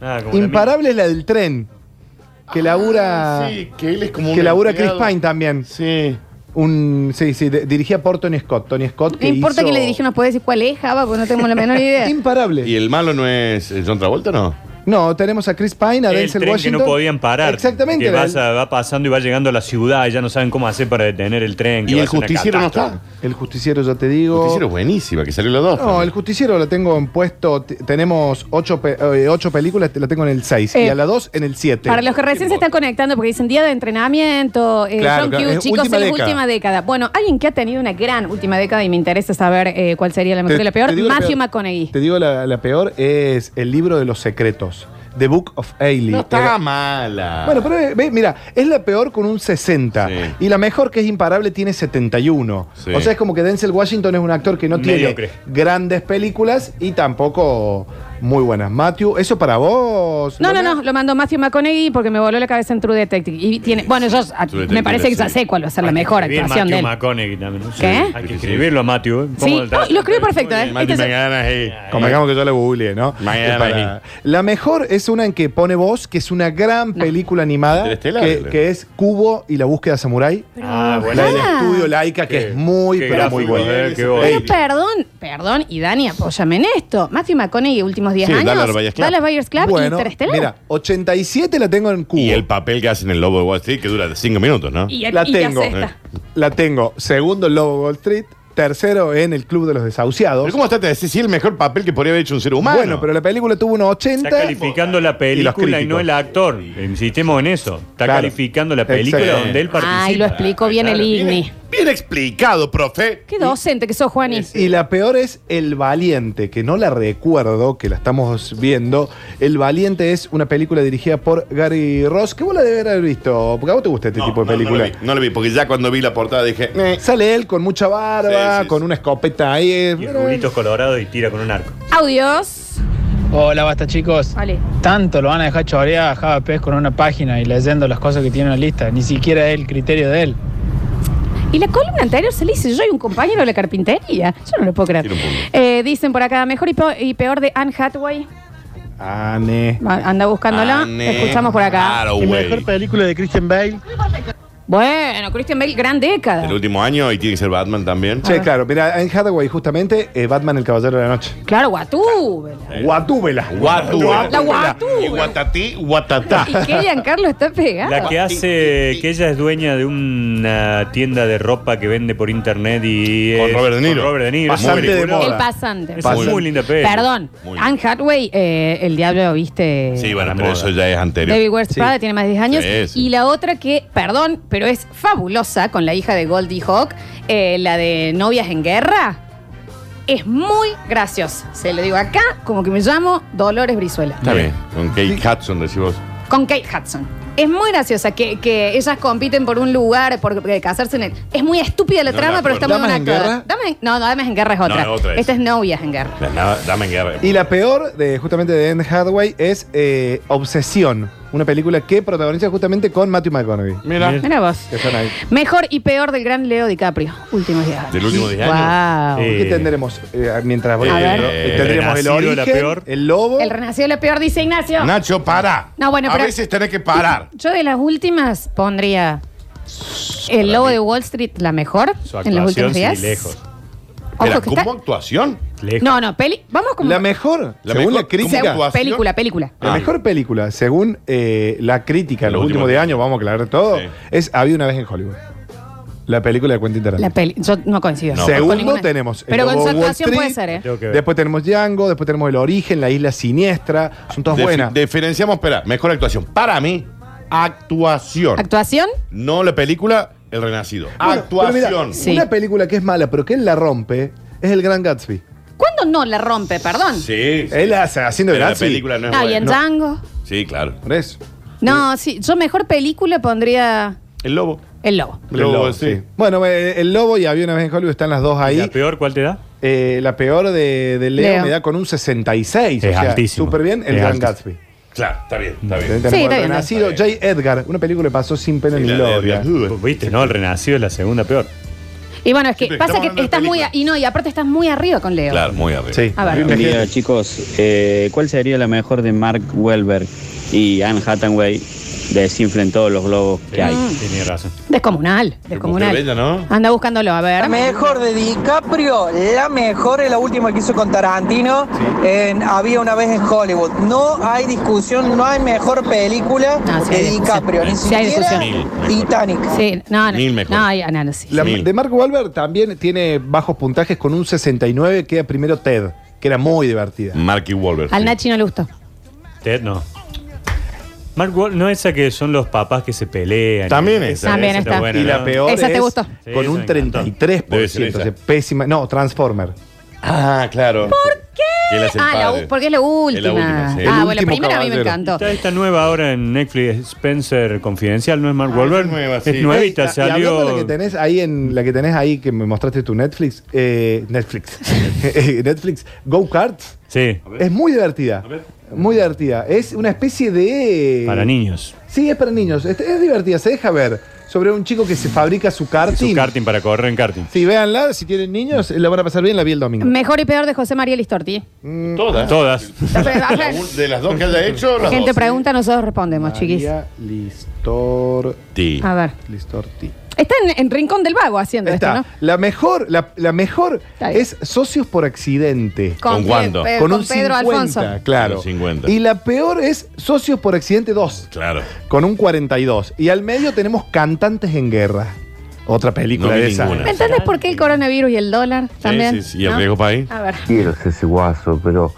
[SPEAKER 4] Ah, como la
[SPEAKER 5] Imparable es la del tren, que labura,
[SPEAKER 6] Ah, Sí, que él es como
[SPEAKER 5] que
[SPEAKER 6] un
[SPEAKER 5] labura Chris
[SPEAKER 6] empleado.
[SPEAKER 5] Pine también.
[SPEAKER 6] Sí.
[SPEAKER 5] Un, sí, sí, de- dirigía por Tony Scott. Tony Scott
[SPEAKER 3] no importa
[SPEAKER 5] hizo-
[SPEAKER 3] que le dirija, nos puede decir cuál es Java, porque no tenemos la menor idea.
[SPEAKER 5] Imparable.
[SPEAKER 6] ¿Y el malo no es eh, John Travolta, no?
[SPEAKER 5] No, tenemos a Chris Pine, a
[SPEAKER 4] el
[SPEAKER 5] Denzel
[SPEAKER 4] tren
[SPEAKER 5] Washington.
[SPEAKER 4] que no podían parar.
[SPEAKER 5] Exactamente.
[SPEAKER 4] Que
[SPEAKER 5] la-
[SPEAKER 4] vas a- va pasando y va llegando a la ciudad y ya no saben cómo hacer para detener el tren. que
[SPEAKER 6] ¿Y
[SPEAKER 4] va
[SPEAKER 6] el
[SPEAKER 4] a ser una
[SPEAKER 6] justiciero no está?
[SPEAKER 4] catástrofe.
[SPEAKER 5] El justiciero, ya te digo.
[SPEAKER 6] Justiciero es buenísima, que salió los dos.
[SPEAKER 5] No, el justiciero lo tengo en puesto. t- Tenemos ocho, pe- eh, ocho películas, te- la tengo en el 6.
[SPEAKER 3] Eh,
[SPEAKER 5] y a la 2 en el 7.
[SPEAKER 3] Para los que recién se están conectando, porque dicen día de entrenamiento, eh,
[SPEAKER 5] Claro,
[SPEAKER 3] John
[SPEAKER 5] claro,
[SPEAKER 3] Q,
[SPEAKER 5] es
[SPEAKER 3] chicos,
[SPEAKER 5] última
[SPEAKER 3] es la
[SPEAKER 5] década.
[SPEAKER 3] última década. Bueno, alguien que ha tenido una gran última década y me interesa saber eh, cuál sería la mejor y la peor, E Matthew McConaughey.
[SPEAKER 5] Te digo la, la peor es el libro de los secretos. The Book of Ailey.
[SPEAKER 6] No está
[SPEAKER 5] Era-
[SPEAKER 6] mala.
[SPEAKER 5] Bueno, pero eh, ve, mira, es la peor con un 60
[SPEAKER 6] Sí.
[SPEAKER 5] y la mejor que es imparable tiene 71.
[SPEAKER 6] Sí.
[SPEAKER 5] O sea, es como que Denzel Washington es un actor que no
[SPEAKER 4] Mediocre.
[SPEAKER 5] tiene grandes películas y tampoco muy buenas. Matthew, eso para vos.
[SPEAKER 3] No, no,
[SPEAKER 5] Lola?
[SPEAKER 3] no, lo mandó Matthew McConaughey porque me voló la cabeza en True Detective. Y tiene, bueno, yo a-
[SPEAKER 6] True Detective,
[SPEAKER 3] me parece que ya
[SPEAKER 6] sí.
[SPEAKER 3] sé cuál va a ser la
[SPEAKER 4] Hay que
[SPEAKER 3] mejor
[SPEAKER 4] escribir
[SPEAKER 3] actuación de él.
[SPEAKER 4] Matthew McConaughey también. ¿no?
[SPEAKER 3] ¿Qué?
[SPEAKER 4] Sí, Hay que escribirlo a Matthew. ¿eh?
[SPEAKER 3] Sí,
[SPEAKER 4] ¿Cómo está?
[SPEAKER 3] no, y lo escribe perfecto, ¿eh?
[SPEAKER 6] Mati
[SPEAKER 3] Entonces-
[SPEAKER 6] Magallanes ahí.
[SPEAKER 5] Convengamos que yo la googleé, ¿no?
[SPEAKER 6] Mañana
[SPEAKER 5] Es para-
[SPEAKER 6] ahí.
[SPEAKER 5] La mejor es una en que pone voz, que es una gran película animada,
[SPEAKER 6] Interestelar.
[SPEAKER 5] que, que es Cubo y la búsqueda samurái.
[SPEAKER 4] Ah,
[SPEAKER 5] La del
[SPEAKER 3] Ah.
[SPEAKER 5] estudio Laica, que
[SPEAKER 4] Qué-
[SPEAKER 5] es muy,
[SPEAKER 4] qué
[SPEAKER 5] pero muy
[SPEAKER 4] gráfico,
[SPEAKER 5] buena.
[SPEAKER 4] eh, qué bueno.
[SPEAKER 5] Ey,
[SPEAKER 3] Pero perdón, perdón, y Dani, apóyame en esto. Matthew McConaughey, últimos 10
[SPEAKER 6] Sí,
[SPEAKER 3] años.
[SPEAKER 6] Dallas Buyers Club.
[SPEAKER 3] Dallas Buyers Club y
[SPEAKER 5] bueno,
[SPEAKER 3] Interestelar.
[SPEAKER 5] mira, 87 la tengo en Cubo.
[SPEAKER 6] Y el papel que hacen en el Lobo de Wall Street, que dura cinco minutos, ¿no?
[SPEAKER 3] Y,
[SPEAKER 5] la
[SPEAKER 3] y
[SPEAKER 5] tengo.
[SPEAKER 3] hace esta.
[SPEAKER 5] La tengo. Segundo, en Lobo Wall Street. Tercero, en El Club de los Desahuciados.
[SPEAKER 6] Pero ¿cómo estás? Te decís, sí, el mejor papel que podría haber hecho un ser humano.
[SPEAKER 5] Bueno, pero la película tuvo unos
[SPEAKER 4] Está
[SPEAKER 5] 80.
[SPEAKER 4] calificando la película y,
[SPEAKER 5] críticos.
[SPEAKER 4] no el actor. Insistimos en eso. Está
[SPEAKER 5] Claro.
[SPEAKER 4] calificando la película
[SPEAKER 5] Exacto.
[SPEAKER 4] donde él participa.
[SPEAKER 3] Ay, lo explicó bien el
[SPEAKER 6] Bien-
[SPEAKER 3] INI.
[SPEAKER 6] Bien explicado, profe.
[SPEAKER 3] Qué docente que sos, Juani.
[SPEAKER 5] Y la peor es El Valiente, que no la recuerdo, que la estamos viendo. El Valiente es una película dirigida por Gary Ross, que vos la debes haber visto, porque a vos te gusta este
[SPEAKER 6] No,
[SPEAKER 5] tipo de
[SPEAKER 6] no,
[SPEAKER 5] película.
[SPEAKER 6] No, lo vi, no lo vi, porque ya cuando vi la portada dije, eh,
[SPEAKER 5] Sale él con mucha barba,
[SPEAKER 6] Sí, sí,
[SPEAKER 5] con
[SPEAKER 6] sí.
[SPEAKER 5] una escopeta ahí. eh,
[SPEAKER 4] Y rulitos colorados y tira con un arco.
[SPEAKER 3] Audios.
[SPEAKER 9] Hola, basta chicos.
[SPEAKER 3] Vale.
[SPEAKER 9] Tanto lo van a dejar chorear a Java Pez con una página y leyendo las cosas que tiene en la lista. Ni siquiera es el criterio de él.
[SPEAKER 3] Y la columna anterior se le dice, yo hay un compañero de la carpintería. Yo no lo puedo creer.
[SPEAKER 6] Tiene un punto.
[SPEAKER 3] Eh, dicen por acá, mejor y peo- y peor de Anne Hathaway.
[SPEAKER 5] Ah, ne.
[SPEAKER 3] Va- Anda buscándola.
[SPEAKER 6] Anne
[SPEAKER 3] Escuchamos por acá.
[SPEAKER 6] Hathaway.
[SPEAKER 9] película de Christian Bale.
[SPEAKER 3] Bueno, Christian Bale, gran década.
[SPEAKER 6] El último año y tiene que ser Batman también.
[SPEAKER 5] Che, claro, mira, en Hathaway justamente, eh, Batman el Caballero de la Noche.
[SPEAKER 3] Claro, Guatú.
[SPEAKER 5] Guatúbela.
[SPEAKER 6] Guatu.
[SPEAKER 3] La Guatú.
[SPEAKER 6] Y Guatatí, Guatatá.
[SPEAKER 3] Y que Giancarlo está pegado.
[SPEAKER 4] La que hace que ella es dueña de una tienda de ropa que vende por internet y
[SPEAKER 6] Con
[SPEAKER 4] es-
[SPEAKER 6] Robert De Niro.
[SPEAKER 4] con Robert De Niro.
[SPEAKER 5] Bastante
[SPEAKER 4] Muy
[SPEAKER 5] de
[SPEAKER 4] película.
[SPEAKER 5] moda.
[SPEAKER 3] El pasante.
[SPEAKER 4] Esa es
[SPEAKER 6] Muy
[SPEAKER 4] muy linda peli.
[SPEAKER 3] Perdón.
[SPEAKER 6] Muy bien.
[SPEAKER 3] Anne Hathaway, eh, el diablo, viste.
[SPEAKER 6] Sí, bueno,
[SPEAKER 4] La
[SPEAKER 6] pero
[SPEAKER 4] moda.
[SPEAKER 6] eso ya es
[SPEAKER 3] David
[SPEAKER 6] anterior.
[SPEAKER 3] Wears
[SPEAKER 5] Sí.
[SPEAKER 3] Prada tiene más de 10 años.
[SPEAKER 6] Sí, sí.
[SPEAKER 3] Y la otra que, perdón, pero es fabulosa con la hija de Goldie Hawk, eh, la de Novias en Guerra. es muy graciosa. Se lo digo acá, como que me llamo Dolores Brizuela.
[SPEAKER 6] Está bien. Con Kate Hudson decimos.
[SPEAKER 3] Con Kate Hudson. Es muy graciosa que, que ellas compiten por un lugar, por por casarse en él. Es muy estúpida la
[SPEAKER 6] No,
[SPEAKER 3] trama,
[SPEAKER 6] la-
[SPEAKER 3] pero está muy
[SPEAKER 5] ¿Damas
[SPEAKER 3] buena
[SPEAKER 5] en
[SPEAKER 3] actuada.
[SPEAKER 5] guerra?
[SPEAKER 3] Dame, no, no, Damas en Guerra es otra.
[SPEAKER 6] no, otra es.
[SPEAKER 3] Esta es Novias en Guerra.
[SPEAKER 6] La nada, dame en guerra.
[SPEAKER 5] Y la peor, de, justamente de Anne Hathaway, es eh, Obsesión. Una película que protagoniza justamente con Matthew McConaughey.
[SPEAKER 6] Mira.
[SPEAKER 4] Mira.
[SPEAKER 3] Mira vos.
[SPEAKER 5] Que están ahí.
[SPEAKER 3] Mejor y peor del gran Leo DiCaprio. Últimos días.
[SPEAKER 6] Del último 10 años.
[SPEAKER 3] Wow.
[SPEAKER 4] Sí.
[SPEAKER 5] ¿Qué tendremos eh, mientras voy
[SPEAKER 6] A
[SPEAKER 5] leyendo?
[SPEAKER 6] ver.
[SPEAKER 5] Tendremos el
[SPEAKER 4] Renacido, la
[SPEAKER 5] origen,
[SPEAKER 4] peor.
[SPEAKER 5] el lobo.
[SPEAKER 3] El renacido de la peor, dice Ignacio.
[SPEAKER 6] Nacho, para.
[SPEAKER 3] No, bueno,
[SPEAKER 6] A
[SPEAKER 3] pero-
[SPEAKER 6] veces tenés que parar.
[SPEAKER 3] Yo de las últimas pondría El Lobo de Wall Street, la mejor
[SPEAKER 4] Su
[SPEAKER 3] en los
[SPEAKER 4] actuación,
[SPEAKER 3] últimos
[SPEAKER 4] sí,
[SPEAKER 3] días.
[SPEAKER 4] lejos.
[SPEAKER 3] Ojo
[SPEAKER 6] Mira,
[SPEAKER 3] que está-
[SPEAKER 6] ¿cómo actuación?
[SPEAKER 4] Lejos.
[SPEAKER 3] No, no, peli. Vamos como.
[SPEAKER 5] la mejor,
[SPEAKER 6] La mejor-
[SPEAKER 5] según la crítica.
[SPEAKER 3] Según-
[SPEAKER 6] ¿cómo actuación?
[SPEAKER 3] película, película.
[SPEAKER 5] La
[SPEAKER 6] Ah.
[SPEAKER 5] mejor película, según eh, la crítica en
[SPEAKER 6] Los
[SPEAKER 5] los últimos
[SPEAKER 6] últimos
[SPEAKER 5] 10
[SPEAKER 6] años.
[SPEAKER 5] años, vamos a aclarar todo,
[SPEAKER 6] Sí.
[SPEAKER 5] es Había una vez en Hollywood. La película de Quentin
[SPEAKER 3] La
[SPEAKER 5] Tarantino.
[SPEAKER 3] peli. Yo no coincido.
[SPEAKER 6] No,
[SPEAKER 3] Con
[SPEAKER 5] Segundo
[SPEAKER 3] ninguna.
[SPEAKER 5] tenemos el
[SPEAKER 3] Pero con
[SPEAKER 5] Lobo
[SPEAKER 3] su
[SPEAKER 5] de Wall
[SPEAKER 3] actuación puede
[SPEAKER 5] Street.
[SPEAKER 3] ser, ¿eh?
[SPEAKER 4] Tengo que ver.
[SPEAKER 5] Después tenemos Django, después tenemos El Origen, La Isla Siniestra. Son todas
[SPEAKER 6] Defi-
[SPEAKER 5] buenas.
[SPEAKER 6] Diferenciamos, espera, mejor actuación. Para mí, actuación.
[SPEAKER 3] Actuación.
[SPEAKER 6] no la película, El Renacido.
[SPEAKER 5] Bueno, pero mira,
[SPEAKER 6] actuación.
[SPEAKER 3] Sí.
[SPEAKER 5] Una película que es mala, pero que él la rompe, es El Gran Gatsby.
[SPEAKER 3] ¿Cuándo no la rompe? Perdón.
[SPEAKER 6] Sí. sí.
[SPEAKER 5] Él hace, haciendo el
[SPEAKER 6] Pero la
[SPEAKER 5] Gatsby.
[SPEAKER 6] película no es
[SPEAKER 3] No, y
[SPEAKER 6] buena.
[SPEAKER 3] en
[SPEAKER 6] No.
[SPEAKER 3] Django.
[SPEAKER 6] Sí, claro.
[SPEAKER 5] Por eso.
[SPEAKER 3] No, sí. Yo mejor película pondría
[SPEAKER 6] El lobo.
[SPEAKER 3] El Lobo.
[SPEAKER 6] El lobo,
[SPEAKER 5] Lobo,
[SPEAKER 6] sí.
[SPEAKER 5] sí. Bueno, eh, El Lobo y Había una vez en Hollywood están las dos ahí.
[SPEAKER 4] ¿La peor cuál te da?
[SPEAKER 5] Eh, la peor de, de Leo,
[SPEAKER 3] Leo.
[SPEAKER 5] me da con un 66.
[SPEAKER 4] Es
[SPEAKER 5] o sea,
[SPEAKER 4] altísimo.
[SPEAKER 5] Súper bien, el
[SPEAKER 4] Es
[SPEAKER 5] Gran
[SPEAKER 4] altísimo.
[SPEAKER 5] Gatsby.
[SPEAKER 6] Claro, está bien, está bien.
[SPEAKER 5] Tenemos
[SPEAKER 3] Sí, está
[SPEAKER 5] el
[SPEAKER 3] bien.
[SPEAKER 5] Renacido,
[SPEAKER 6] Está
[SPEAKER 5] J. Edgar, una película que pasó sin pena
[SPEAKER 6] Y
[SPEAKER 5] ni
[SPEAKER 6] la de
[SPEAKER 5] gloria.
[SPEAKER 6] Edgar Hoover.
[SPEAKER 4] Viste, ¿no? El Renacido es la segunda peor.
[SPEAKER 3] Y bueno, es que
[SPEAKER 6] Sí, pero
[SPEAKER 3] pasa
[SPEAKER 6] estamos
[SPEAKER 3] que
[SPEAKER 6] hablando de
[SPEAKER 3] estás muy. a- y no, y aparte estás muy arriba con Leo.
[SPEAKER 6] Claro, muy arriba.
[SPEAKER 5] Sí.
[SPEAKER 3] A ver.
[SPEAKER 5] Buen día.
[SPEAKER 10] chicos, eh, ¿cuál sería la mejor de Mark Wahlberg y Anne Hathaway? Desinflen todos los globos
[SPEAKER 4] Sí, Tenía razón.
[SPEAKER 3] Descomunal.
[SPEAKER 6] Pero mujer
[SPEAKER 3] Descomunal.
[SPEAKER 6] bella, ¿no?
[SPEAKER 3] Anda buscándolo, a ver.
[SPEAKER 11] La mejor de DiCaprio, la mejor es la última que hizo con Tarantino en Había una vez en Hollywood. No hay discusión, no hay mejor película
[SPEAKER 3] No, Ah, sí hay
[SPEAKER 11] de
[SPEAKER 3] discusión.
[SPEAKER 11] DiCaprio, ni
[SPEAKER 3] Sí hay
[SPEAKER 11] siquiera
[SPEAKER 6] discusión. Mil, mejor.
[SPEAKER 11] Titanic.
[SPEAKER 3] Sí, no, no.
[SPEAKER 6] Mil mejor.
[SPEAKER 3] No, ya, no, no, sí.
[SPEAKER 5] La-
[SPEAKER 6] Mil.
[SPEAKER 5] de Mark Wahlberg también tiene bajos puntajes con un 69, queda primero Ted, que era muy divertida.
[SPEAKER 6] Marky Wahlberg.
[SPEAKER 3] Al
[SPEAKER 6] sí.
[SPEAKER 3] Nachi no le gustó.
[SPEAKER 4] Ted, no. Mark Wahl- no esa que son los papás que se pelean.
[SPEAKER 6] También
[SPEAKER 4] Esa-
[SPEAKER 6] esa.
[SPEAKER 3] También
[SPEAKER 4] esa
[SPEAKER 3] está.
[SPEAKER 4] buena,
[SPEAKER 5] Y la
[SPEAKER 4] ¿no?
[SPEAKER 5] peor
[SPEAKER 3] Esa te
[SPEAKER 5] es
[SPEAKER 3] gustó.
[SPEAKER 4] Sí,
[SPEAKER 5] con
[SPEAKER 4] esa me
[SPEAKER 5] un
[SPEAKER 4] encantó.
[SPEAKER 5] 33%,
[SPEAKER 6] Debe
[SPEAKER 5] o
[SPEAKER 6] ser
[SPEAKER 5] sea,
[SPEAKER 6] esa.
[SPEAKER 5] pésima. No, Transformer.
[SPEAKER 6] Ah, claro. ¿Por qué?
[SPEAKER 3] Ah, la u- porque es la última.
[SPEAKER 6] última, sí.
[SPEAKER 5] El
[SPEAKER 3] Ah, bueno, la
[SPEAKER 5] último
[SPEAKER 3] primera a mí me
[SPEAKER 5] caballero.
[SPEAKER 3] encantó.
[SPEAKER 4] Está esta nueva ahora en Netflix, Spencer Confidencial, no es
[SPEAKER 5] Ah,
[SPEAKER 4] Mark Wahlberg.
[SPEAKER 6] es nueva, sí.
[SPEAKER 4] Es nuevita,
[SPEAKER 5] Ey, y hablando de
[SPEAKER 4] salió.
[SPEAKER 5] la que tenés ahí en la que tenés ahí que me mostraste tu Netflix, eh, Netflix, Eh, Netflix, Go Karts,
[SPEAKER 4] Sí,
[SPEAKER 5] es muy divertida, muy divertida. Es una especie de
[SPEAKER 10] Eh,
[SPEAKER 4] para niños.
[SPEAKER 5] Sí, es para niños. Es, es divertida, se deja ver. Sobre un chico que se fabrica su karting.
[SPEAKER 4] Su karting para correr en karting.
[SPEAKER 5] Sí, véanla, si tienen niños, eh, la van a pasar bien, la vi el domingo.
[SPEAKER 3] Mejor y peor de José María Listorti.
[SPEAKER 6] Todas.
[SPEAKER 4] Todas.
[SPEAKER 6] La un- De las dos que haya hecho, las
[SPEAKER 3] Gente
[SPEAKER 6] dos.
[SPEAKER 3] pregunta, nosotros respondemos, chiquis.
[SPEAKER 5] María Listor,
[SPEAKER 6] Sí.
[SPEAKER 3] A ver.
[SPEAKER 5] Listorti.
[SPEAKER 3] Está en, en Rincón del Vago haciendo
[SPEAKER 5] Está.
[SPEAKER 3] esto,
[SPEAKER 5] La mejor, la, la mejor
[SPEAKER 3] Está bien.
[SPEAKER 5] es Socios por Accidente.
[SPEAKER 3] ¿no?
[SPEAKER 6] ¿Con
[SPEAKER 3] Pe-
[SPEAKER 6] cuándo?
[SPEAKER 3] Pe-
[SPEAKER 5] Con,
[SPEAKER 3] con
[SPEAKER 5] un
[SPEAKER 3] Pedro
[SPEAKER 5] 50,
[SPEAKER 3] Alfonso.
[SPEAKER 5] claro.
[SPEAKER 6] Con 50.
[SPEAKER 5] Y la peor es Socios por Accidente 2,
[SPEAKER 6] Claro.
[SPEAKER 5] con un 42. Y al medio tenemos Cantantes en Guerra. Otra película
[SPEAKER 6] No vi
[SPEAKER 5] de esa.
[SPEAKER 6] ninguna.
[SPEAKER 3] ¿Entendés por qué el coronavirus y el dólar también?
[SPEAKER 6] Sí, sí, sí. ¿Y el
[SPEAKER 3] ¿no?
[SPEAKER 6] riesgo país?
[SPEAKER 3] A ver.
[SPEAKER 10] Quiero ser ese guaso, pero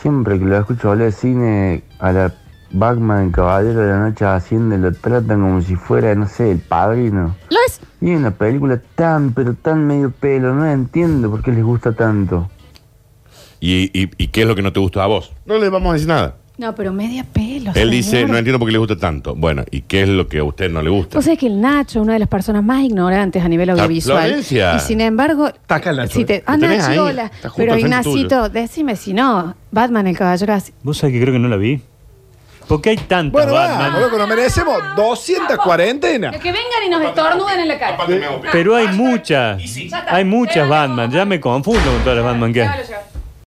[SPEAKER 10] siempre que lo escucho hablar de cine, a la Batman el Caballero de la Noche Hacienda lo tratan como si fuera, no sé, el padrino.
[SPEAKER 3] Lo es.
[SPEAKER 10] Y es una película tan, pero tan medio pelo, no entiendo por qué les gusta tanto.
[SPEAKER 6] ¿Y, y, y qué es lo que no te gusta a vos? No le vamos a decir nada.
[SPEAKER 3] No, pero media pelo.
[SPEAKER 6] Él dice,
[SPEAKER 3] señor.
[SPEAKER 6] no entiendo por qué le gusta tanto. Bueno, ¿y qué es lo que a usted no le gusta?
[SPEAKER 3] Vos sabés que el Nacho es una de las personas más ignorantes a nivel
[SPEAKER 6] Ah,
[SPEAKER 3] audiovisual.
[SPEAKER 6] Florencia.
[SPEAKER 3] Y sin embargo,
[SPEAKER 5] Está acá el Nacho,
[SPEAKER 3] si te,
[SPEAKER 5] ¿eh?
[SPEAKER 3] ah,
[SPEAKER 6] Lo tenés ahí,
[SPEAKER 3] Nacho, hola.
[SPEAKER 6] está justo
[SPEAKER 3] Pero
[SPEAKER 6] al frente
[SPEAKER 3] Ignacito, decime si no, Batman el caballero así.
[SPEAKER 4] Vos sabés que creo que no la vi. Porque hay tantas
[SPEAKER 5] Bueno,
[SPEAKER 4] Batman.
[SPEAKER 5] vamos, loco, nos merecemos 200 cuarentenas.
[SPEAKER 3] que vengan y nos estornuden en la cara.
[SPEAKER 6] Aparte me hago pelo.
[SPEAKER 4] Pero hay muchas. Hay muchas Batman. Ya me confundo con todas las Batman que hay.